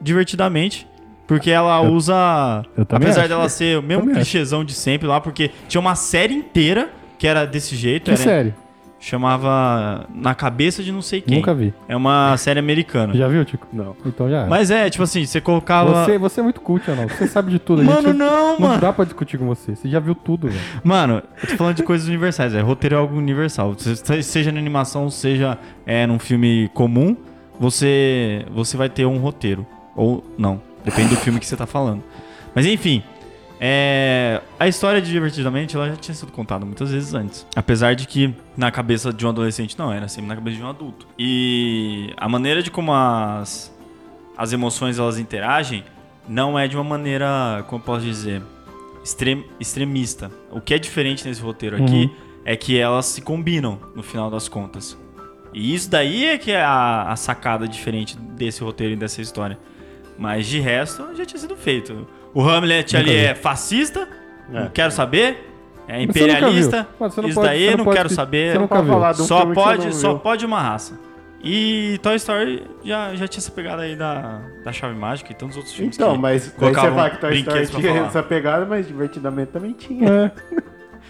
divertidamente. Porque ela usa.
eu também
apesar
acho.
dela ser o mesmo
Também acho.
clichêzão de sempre lá, porque tinha uma série inteira que era desse jeito.
Que
era-
série?
Chamava Na Cabeça de Não Sei Quem.
Nunca vi.
É uma série americana.
Já viu, Tico?
Não.
Então já. era.
Mas é, tipo assim, você colocava.
Você, você é muito culto, Arnaldo. Você sabe de tudo. a
Mano,
gente-
não,
Não
mano.
dá pra discutir com você. Você já viu tudo, velho.
Mano, eu tô falando de coisas universais, é roteiro é algo universal. Se- se- Seja na animação, seja é, num filme comum, você você vai ter um roteiro. Ou não, depende do filme que você tá falando. Mas enfim, é, a história de Divertidamente ela já tinha sido contada muitas vezes antes. Apesar de que na cabeça de um adolescente não, era sempre na cabeça de um adulto. E a maneira de como as, as emoções elas interagem não é de uma maneira, como eu posso dizer, extrem- extremista. O que é diferente nesse roteiro
Uhum.
aqui é que elas se combinam no final das contas. E isso daí é que é a, a sacada diferente desse roteiro e dessa história. Mas de resto já tinha sido feito. O Hamlet ali
vi.
é fascista, não quero saber.
Mas você
É
nunca viu.
imperialista,
Mas você não
isso
pode-
daí
você não
não
pode
quero
pe-
saber.
você não Nunca viu.
falar de um
Só
filme que você
pode,
não
só
viu.
pode uma raça. E Toy Story já, já tinha essa pegada aí da, da chave mágica e tantos outros filmes.
Então,
que
mas daí você
colocavam
fala que Toy Story
brinquedos um pra
tinha
falar.
essa pegada, mas divertidamente também tinha.
É,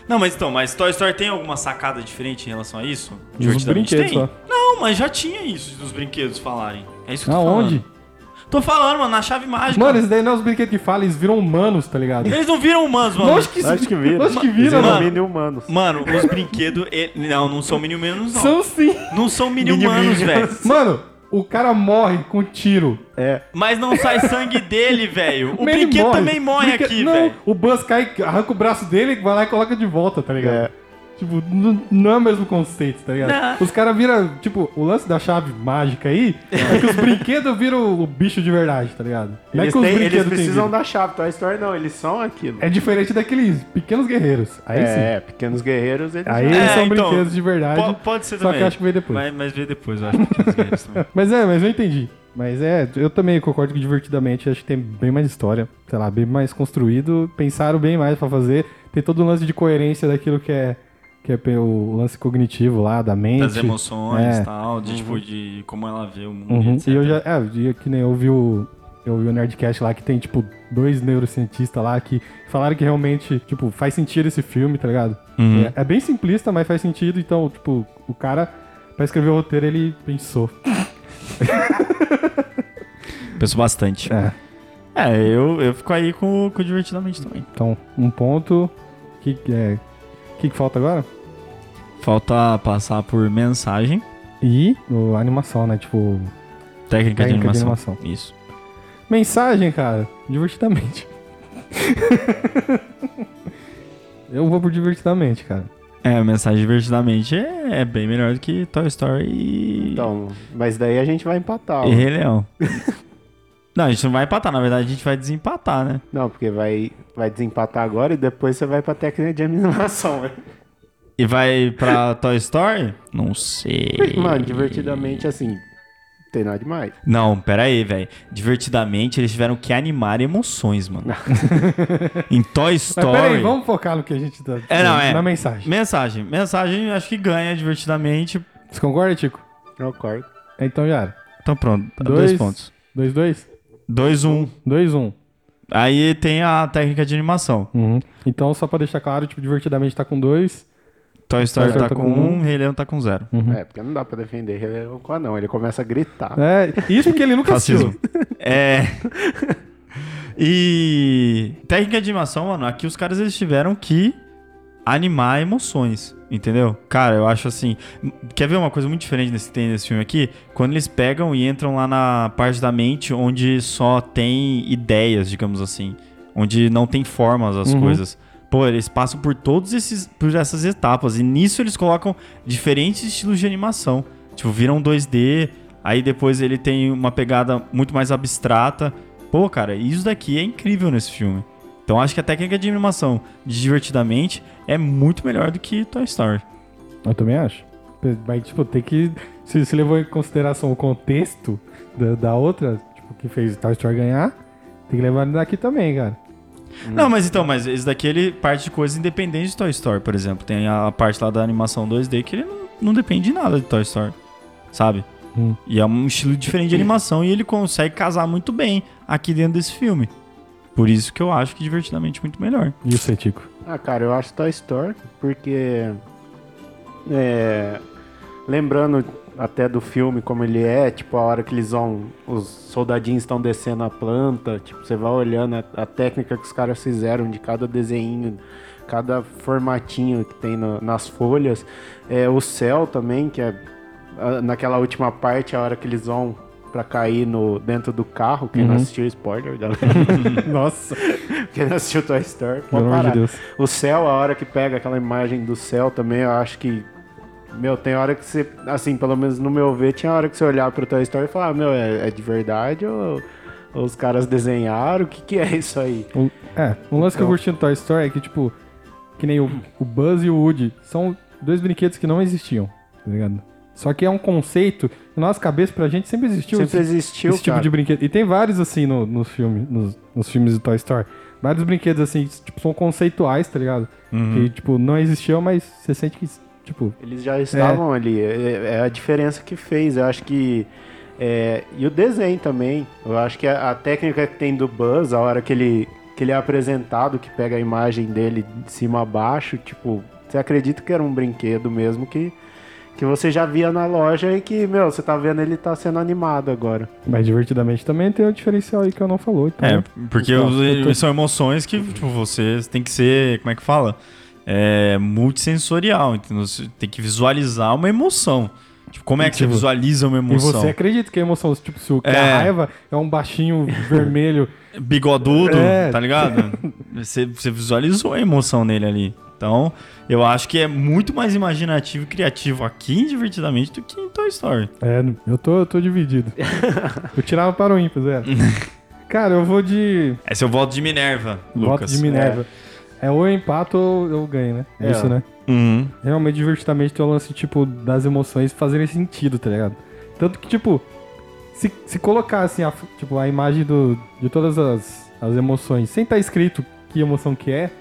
Não, mas então, mas Toy Story tem alguma sacada diferente em relação a isso?
os
Divertidamente
brinquedos
tem.
só.
Não, mas já tinha isso dos brinquedos falarem. É isso que eu tô falando.
Aonde?
Tô falando, mano, na chave mágica.
Mano, isso daí não é os brinquedos que falam, eles viram humanos, tá ligado?
Eles não viram humanos, mano.
Lógico que isso-
Acho que vira.
Lógico que vira,
Mano.
mano.
Mini humanos.
Mano, os brinquedos. ele- Não, não são mini humanos, não.
São sim.
Não são mini humanos, velho.
Mano, o cara morre com um tiro.
É.
Mas
(laughs)
não sai sangue dele, velho. O
Mas ele
brinquedo também morre
Brinque-
aqui,
Não,
velho.
o Buzz cai, arranca o braço dele, vai lá e coloca de volta, tá ligado?
É.
Tipo, n- não é o mesmo conceito, tá ligado?
Não.
Os caras viram, tipo, o lance da chave mágica aí é que os brinquedos viram o bicho de verdade, tá ligado? Não é
Eles,
que os
têm-
brinquedos
eles
têm
precisam
vida.
da chave. Toy Story não, eles são aquilo.
É diferente daqueles pequenos guerreiros. Aí sim.
É, pequenos guerreiros, eles
Aí
já-
eles são
então,
brinquedos de verdade.
Po- pode ser
só
também.
que eu acho que veio depois.
Mas, mas veio depois, eu acho. que tinha os
(laughs)
games também.
Mas é, mas eu entendi. Mas é, eu também concordo que divertidamente acho que tem bem mais história, sei lá, bem mais construído, pensaram bem mais pra fazer, tem todo o lance de coerência daquilo que é que é pe- o lance cognitivo lá da mente,
Das emoções
É.
e tal, de tipo, de como ela vê o mundo.
Uhum.
etc.
E eu já, é, o dia que nem eu vi o eu vi o Nerdcast lá que tem tipo dois neurocientistas lá que falaram que realmente, tipo, faz sentido esse filme, tá ligado?
Uhum.
É, é bem simplista, mas faz sentido, então, tipo, o cara pra escrever o roteiro ele pensou.
Penso bastante.
É.
É, eu, eu fico aí com, com o divertidamente também.
Então, um ponto. O que, que é, que, que falta agora?
Falta passar por mensagem,
E o, a animação, né? Tipo,
técnica, de,
Técnica de
animação.
animação.
Isso.
mensagem, cara. Divertidamente. (laughs) Eu vou por divertidamente, cara.
É, mensagem divertidamente é, é bem melhor do que Toy Story e.
Tá,
Então, mas daí a gente vai empatar. ó.
e Rei Leão. (laughs) não, a gente não vai empatar, na verdade a gente vai desempatar, né?
Não, porque vai, vai desempatar agora e depois você vai pra técnica de animação. (laughs) velho.
E vai pra Toy Story? Não
(laughs)
sei.
Mano, divertidamente assim, tem nada demais.
Não, pera aí, velho. Divertidamente eles tiveram que animar
(laughs)
emoções, mano. em Toy
Mas
Story.
peraí, vamos focar no que a gente tá.
É, não, é.
Na mensagem.
Mensagem. Mensagem acho que ganha divertidamente.
Você concorda, Tico?
Eu concordo.
Então já era.
Então pronto, tá dois,
Dois.
pontos.
2-2?
2 1. Um.
2-1. Um.
Aí tem a técnica de animação.
Uhum. Então, só pra deixar claro, tipo, divertidamente tá com 2.
Toy Story
Toy
tá
Story tá
com
com
1,
um.
um, Rei Leão tá com 0.
Uhum.
É, porque não dá pra defender Releão com anão. Ele começa a gritar.
É, isso porque ele nunca
Fascismo.
assistiu.
É. E técnica de animação, mano, aqui os caras eles tiveram que animar emoções, entendeu? Cara, eu acho assim, quer ver uma coisa muito diferente desse que tem nesse filme aqui? Quando eles pegam e entram lá na parte da mente onde só tem ideias, digamos assim, onde não tem formas as coisas. Pô, eles passam por todos esses por essas etapas e nisso eles colocam diferentes estilos de animação. Tipo, viram 2D, aí depois ele tem uma pegada muito mais abstrata. Pô, cara, isso daqui é incrível nesse filme. Então acho que a técnica de animação de divertidamente é muito melhor do que Toy Story.
Eu também acho. Mas, tipo, tem que. Se você levou em consideração o contexto da, da outra, tipo, que fez Toy Story ganhar, tem que levar daqui também, cara.
Não, mas então, mas esse daqui ele parte de coisas independentes de Toy Story, por exemplo. Tem a parte lá da animação 2D que ele não, não depende de nada de Toy Story, sabe?
Hum.
E é um estilo diferente de animação e ele consegue casar muito bem aqui dentro desse filme. Por isso que eu acho que divertidamente muito melhor.
E você, Tico?
Ah, cara, eu acho Toy Story, porque. é, lembrando até do filme como ele é, tipo, a hora que eles vão. Os soldadinhos estão descendo a planta, tipo, você vai olhando a, a técnica que os caras fizeram de cada desenho, cada formatinho que tem na- nas folhas. É, o céu também, que é a- naquela última parte, a hora que eles vão pra cair no, dentro do carro. Quem
Uhum.
não assistiu, spoiler, (laughs) galera.
Nossa,
Quem não assistiu Toy Story, pode
pelo amor
parar.
de Deus.
O céu, a hora que pega aquela imagem do céu também, eu acho que. Meu, tem hora que você. Assim, pelo menos no meu ver, tinha hora que você olhar pro Toy Story e falar: Meu, é, é de verdade ou, ou os caras desenharam? O que, que é isso aí?
O- é, um lance que eu
Então.
curti no Toy Story é que, tipo, que nem o, o Buzz e o Woody são dois brinquedos que não existiam, tá ligado? Só que é um conceito, na nossa cabeça, pra gente, sempre existiu
Sempre
esse,
existiu,
esse tipo
cara.
de brinquedo. E tem vários, assim, no, nos, filmes, nos, nos filmes de Toy Story. Vários brinquedos, assim, que, tipo, são conceituais, tá ligado?
Uhum.
Que, tipo, não existiam, mas você sente que, tipo...
Eles já estavam ali. É, é a diferença que fez. Eu acho que. é, e o desenho também. Eu acho que a, a técnica que tem do Buzz, a hora que ele, que ele é apresentado, que pega a imagem dele de cima a baixo, tipo, você acredita que era um brinquedo mesmo que, que você já via na loja e que, meu, você tá vendo ele tá sendo animado agora.
Mas, divertidamente, também tem um diferencial aí que eu não falou. Então,
É, porque
Então,
os-
eu tô-
são emoções que tipo, você tem que ser, como é que fala? É, multissensorial, entendeu? Você tem que visualizar uma emoção. Tipo, como é que você
Tipo,
visualiza uma
E
emoção?
você acredita que a emoção, tipo, se o que
É.
a raiva é um
(laughs)
baixinho vermelho
bigodudo,
É.
tá ligado? Você, você visualizou a emoção nele ali. Então, eu acho que é muito mais imaginativo e criativo aqui em Divertidamente do que em Toy Story.
É, eu tô, eu tô dividido.
(laughs)
eu tirava para o ímpio, zero. Cara, eu vou de
Esse é o voto de Minerva,
voto
Lucas.
de Minerva. É. ou eu empato ou eu ganho, né? É
É,
isso,
ó.
né?
Uhum.
Realmente, divertidamente, tem o lance, tipo, das emoções fazerem sentido, tá ligado? Tanto que, tipo, se, se colocar, assim, a, f- tipo, a imagem do, de todas as, as emoções, sem estar escrito que emoção que é,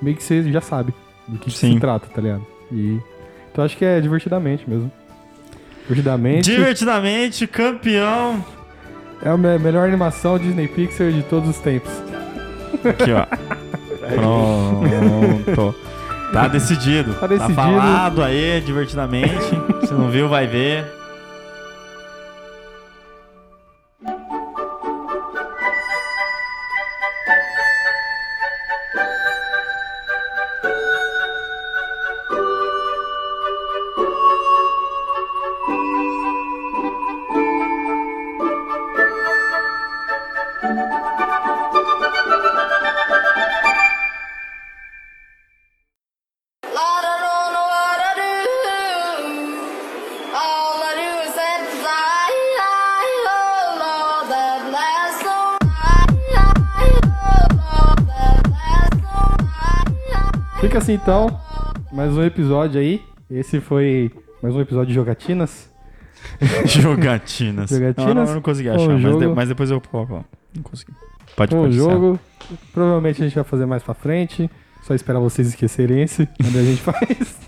meio que você já sabe do que, que se
Sim.
trata, tá ligado? E, então, acho que é divertidamente mesmo. Divertidamente...
Divertidamente, campeão.
É a me- melhor animação Disney Pixar de todos os tempos.
Aqui, ó. Pronto. Tá decidido.
(laughs) Tá decidido.
falado aí, divertidamente. Se não viu, vai ver.
(laughs)
Lord, I don't know what I do. All I do is that I, I, oh Lord, that last song. I, I, oh Lord, that last song. I, I.
Fica assim então, mais um episódio aí. Esse foi mais um episódio de jogatinas.
Jogatinas.
Jogatinas?
Não, não, não consegui
Bom
achar, mas,
jogo.
de- mas depois eu coloco. lá. Não consegui. Pode
Bom
pode encerrar.
jogo. Provavelmente a gente vai fazer mais pra frente. Só esperar vocês esquecerem esse. Quando a gente (laughs) faz.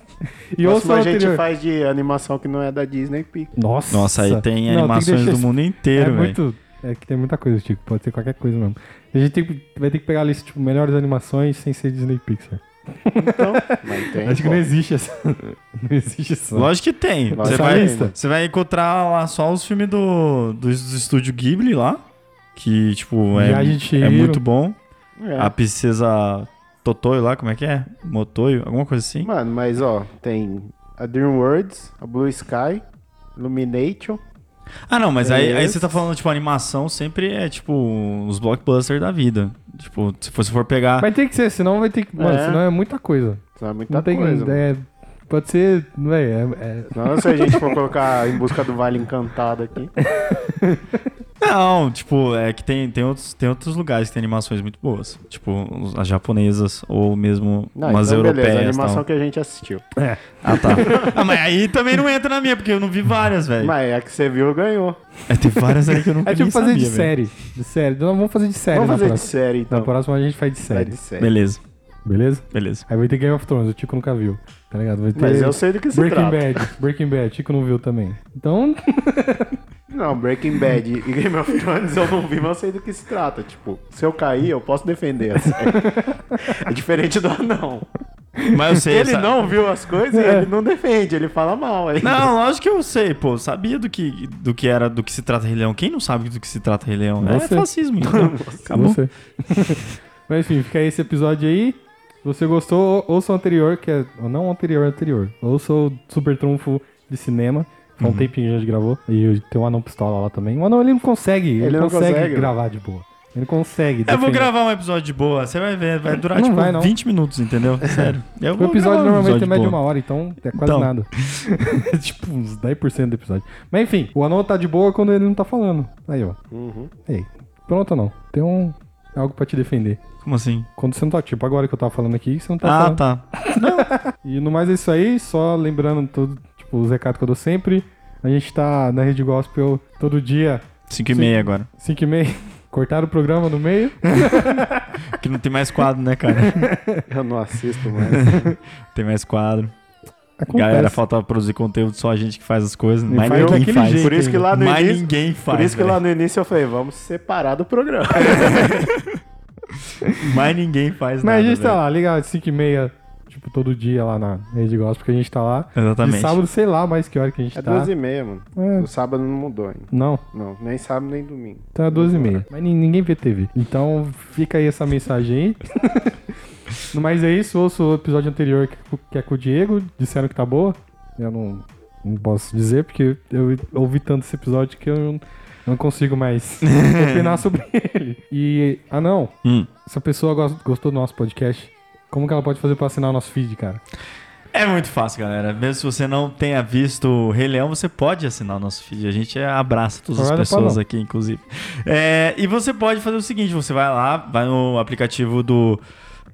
E ouça
Próximo
o
a gente
anterior.
faz de animação que não é da Disney Pix.
Nossa.
Nossa, aí tem
Não, que
animações
deixar
do mundo
É
inteiro, velho.
muito. É que tem muita coisa, Tico. Pode ser qualquer coisa mesmo. A gente tem que- vai ter que pegar a lista, tipo, melhores animações sem ser Disney Pixar.
então,
(laughs)
Mas tem.
Acho que
pô.
não existe essa. (laughs) Não existe essa.
Lógico que tem.
Nossa,
Você vai,
lista.
você vai encontrar lá só os filmes do, do, do estúdio Ghibli lá. Que, tipo, é,
Viagem de
é
Chihiro.
muito bom.
É.
A princesa Totoyo lá, como é que é? Motoyo, alguma coisa assim.
Mano, mas ó, tem a DreamWorks, a Blue Sky, Illumination.
Ah, não, mas aí, aí
Beleza.
você tá falando, tipo, animação sempre é, tipo, os blockbusters da vida. Tipo, se você for pegar.
Mas tem que ser, senão vai ter que. Mano,
É.
senão é muita coisa.
Isso é muita
Não tem
coisa. mano.
é, Pode ser. Não é, é, é-
Não, se a gente for colocar em busca do Vale Encantado aqui.
(laughs) Não, tipo, é que tem, tem, outros, tem outros lugares que tem animações muito boas. Tipo, os- as japonesas ou mesmo
Não,
umas
então
europeias.
beleza, a animação
tal.
que a gente assistiu.
Ah, tá. ah, mas aí também não entra na minha, porque eu não vi várias, velho.
Mas é a que você viu ganhou.
É, Tem
(laughs)
várias aí que eu não
É
vi.
tipo fazer de
sabia, velho.
série. De série. Não, vamos fazer de série
Vamos
É, na
fazer de
próxima.
série então.
Na próxima a gente faz de
Vai
série.
de série.
Beleza,
Beleza?
beleza.
Aí vai ter Game of Thrones, o Tico nunca viu. Tá ligado? Vai ter.
Mas eu sei do que se
Breaking
trata.
Bad, Breaking Bad, Tico não viu também. Então,
Não, Breaking Bad e Game of Thrones eu não vi, mas eu sei do que se trata. Tipo, se eu cair, eu posso defender. a
(laughs)
série. é diferente do anão.
Mas eu sei.
Ele
sabe?
não viu as coisas
É.
e ele não defende, ele fala mal aí.
Não, lógico que eu sei, pô. Eu Sabia do que, do que era, do que se trata Rei Leão. Quem não sabe do que se trata Rei Leão?
Você.
É fascismo. Então. Acabou.
(laughs) você. Mas enfim, fica aí esse episódio aí. Se você gostou, ou- ouça o anterior, que é. Ou não o anterior, o anterior. Ouça o Super Trunfo de cinema. Há um tempinho que a gente gravou. E tem um anão pistola lá também. O anão ele não consegue. Ele,
Ele não
consegue,
consegue.
gravar de boa. Ele consegue.
Eu vou
defender.
gravar um episódio de boa, você vai ver, vai durar
Não
tipo
vai, não. É.
20 minutos, entendeu? Sério. Eu
O
vou
episódio
gravar um
normalmente é
de
média de
boa.
uma hora, então é quase
Então.
nada.
(laughs)
tipo, uns 10% do episódio. Mas enfim, o anão tá de boa quando ele não tá falando. Aí, ó.
Uhum.
Aí. Pronto, não. Tem um. Algo pra te defender.
Como assim?
Quando você não tá, tipo, agora que eu tava falando aqui, você não tá
ah,
falando.
tá.
E no mais é isso aí, só lembrando tudo, tipo, tipo, os recados que eu dou sempre. A gente tá na Rede Gospel todo dia,
5 e meia agora.
5 e meia. (laughs) Cortaram o programa no meio.
Que não tem mais quadro,
(laughs)
né, cara?
Eu não assisto mais.
tem mais quadro.
Acontece.
Galera, falta produzir conteúdo, só a gente que faz as coisas. Mas
faz
ninguém
daquele
faz.
jeito
Por isso que lá no
Mas
início.
ninguém faz.
Por isso que
velho.
lá no início eu falei, vamos separar do programa.
Mas ninguém faz nada.
Mas a gente tá
velho.
lá, ligado, 5 e meia, tipo, todo dia lá na Rede Gospel, que a gente tá lá.
Exatamente.
De sábado, sei lá mais que hora que a gente
É
tá.
duas e meia, mano.
É.
O sábado não mudou ainda.
Não,
Não, nem sábado nem domingo.
tá às 12 e meia. Mas nin- ninguém vê TV. Então fica aí essa (laughs) mensagem aí. No mais é isso, ouço o episódio anterior que, que é com o Diego, disseram que tá boa. Eu não, não posso dizer, porque eu ouvi tanto esse episódio que eu não- não consigo (laughs) mais opinar sobre ele. E. Ah não!
Hum.
Se a pessoa gos- gostou do nosso podcast, como que ela pode fazer pra assinar o nosso feed, cara?
É muito fácil, galera. Mesmo se você não tenha visto o Rei Leão, você pode assinar o nosso feed. A gente abraça todas as
Olha,
pessoas
Paulão.
aqui, inclusive. É, e você pode fazer o seguinte: você vai lá, vai no aplicativo do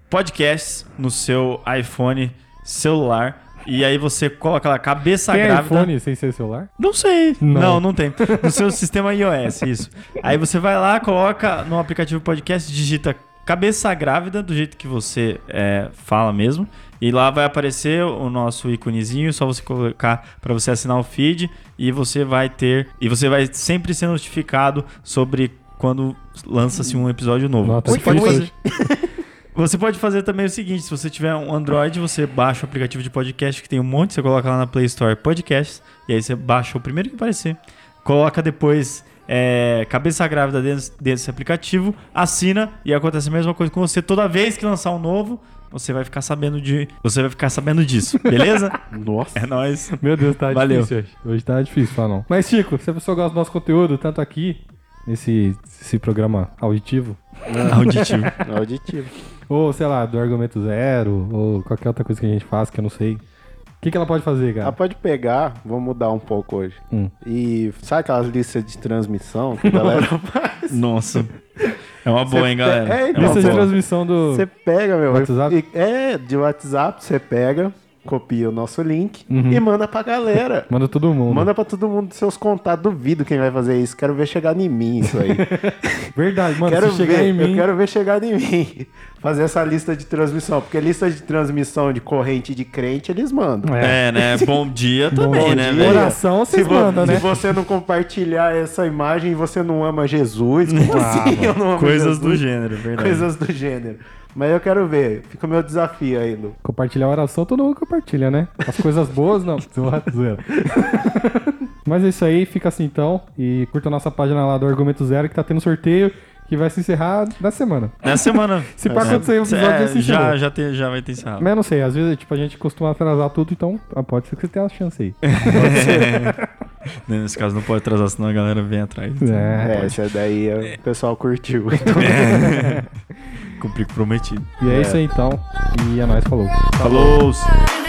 podcast no seu iPhone celular. E aí você coloca lá, cabeça
Tem
grávida.
é iPhone sem ser celular?
Não sei. Não.
Não.
não, tem. No seu (laughs) sistema iOS, isso. Aí você vai lá, coloca no aplicativo podcast, digita cabeça grávida, do jeito que você é, fala mesmo. E lá vai aparecer o nosso íconezinho, só você colocar para você assinar o feed e você vai ter. E você vai sempre ser notificado sobre quando lança-se um episódio novo.
Nota
Você pode
difícil.
fazer- você pode fazer também o seguinte: se você tiver um Android, você baixa o aplicativo de podcast que tem um monte, você coloca lá na Play Store Podcasts, e aí você baixa o primeiro que aparecer. Coloca depois é, Cabeça Grávida dentro desse aplicativo, assina e acontece a mesma coisa com você. Toda vez que lançar um novo, você vai ficar sabendo de. Você vai ficar sabendo disso, beleza?
Nossa.
(laughs) é nóis.
Meu Deus, tá
Valeu.
difícil hoje. Hoje tá difícil falar não. Mas, Chico, se a pessoa gosta do nosso conteúdo, tanto aqui, nesse esse programa auditivo,
(laughs) Auditivo.
É Auditivo.
ou, sei lá, do Argumento Zero, ou qualquer outra coisa que a gente faça, que eu não sei. O que, que ela pode fazer,
Ela
cara?
Ah, pode pegar, vou mudar um pouco hoje.
Hum.
E sabe aquelas listas de transmissão (laughs) que a galera faz?
Nossa. É uma boa, hein, galera?
É,
É,
então,
uma
Lista de
boa.
transmissão do...
Você pega, meu.
WhatsApp?
e- é, de WhatsApp você pega, copia o nosso link e manda pra galera.
Uhum. (laughs) Manda todo mundo.
Manda pra todo mundo dos seus contatos. Duvido quem vai fazer isso. Quero ver chegar em mim isso aí.
Verdade, mano,
quero
se chegar
ver,
em mim...
Eu quero ver chegar em mim. (laughs) Fazer essa lista de transmissão. Porque lista de transmissão de corrente de crente, eles mandam.
É, né? Bom dia também,
Bom
né,
dia.
velho?
Oração vocês
se, vo-
mandam, né?
se você não compartilhar essa imagem, você não ama Jesus. Como assim? Eu
é
não amo
Coisas
Jesus?
do gênero, é verdade.
Coisas
né?
do gênero. Mas eu quero ver. Fica o meu desafio aí, Lu.
Compartilhar a oração, todo mundo compartilha, né? As coisas boas, não. (laughs) Zoa- zoeira. Mas é isso aí, fica assim então. E curta a nossa página lá do Argumento Zero, que tá tendo sorteio, que vai se encerrar na semana.
Nessa semana.
(laughs) Se pá, quando sair o episódio,
É,
esse
já,
encerrou.
já, tem, já vai ter encerrado.
Mas eu não sei, às vezes tipo, a gente costuma atrasar tudo, então ah, pode ser que você tenha uma chance aí.
Né, Nesse caso não pode atrasar, senão a galera vem atrás.
É.
É, essa daí é- o pessoal curtiu. Então,
Cumprir com o prometido.
E é isso aí então. E é nóis, (laughs) falou.
Falou!
Bye.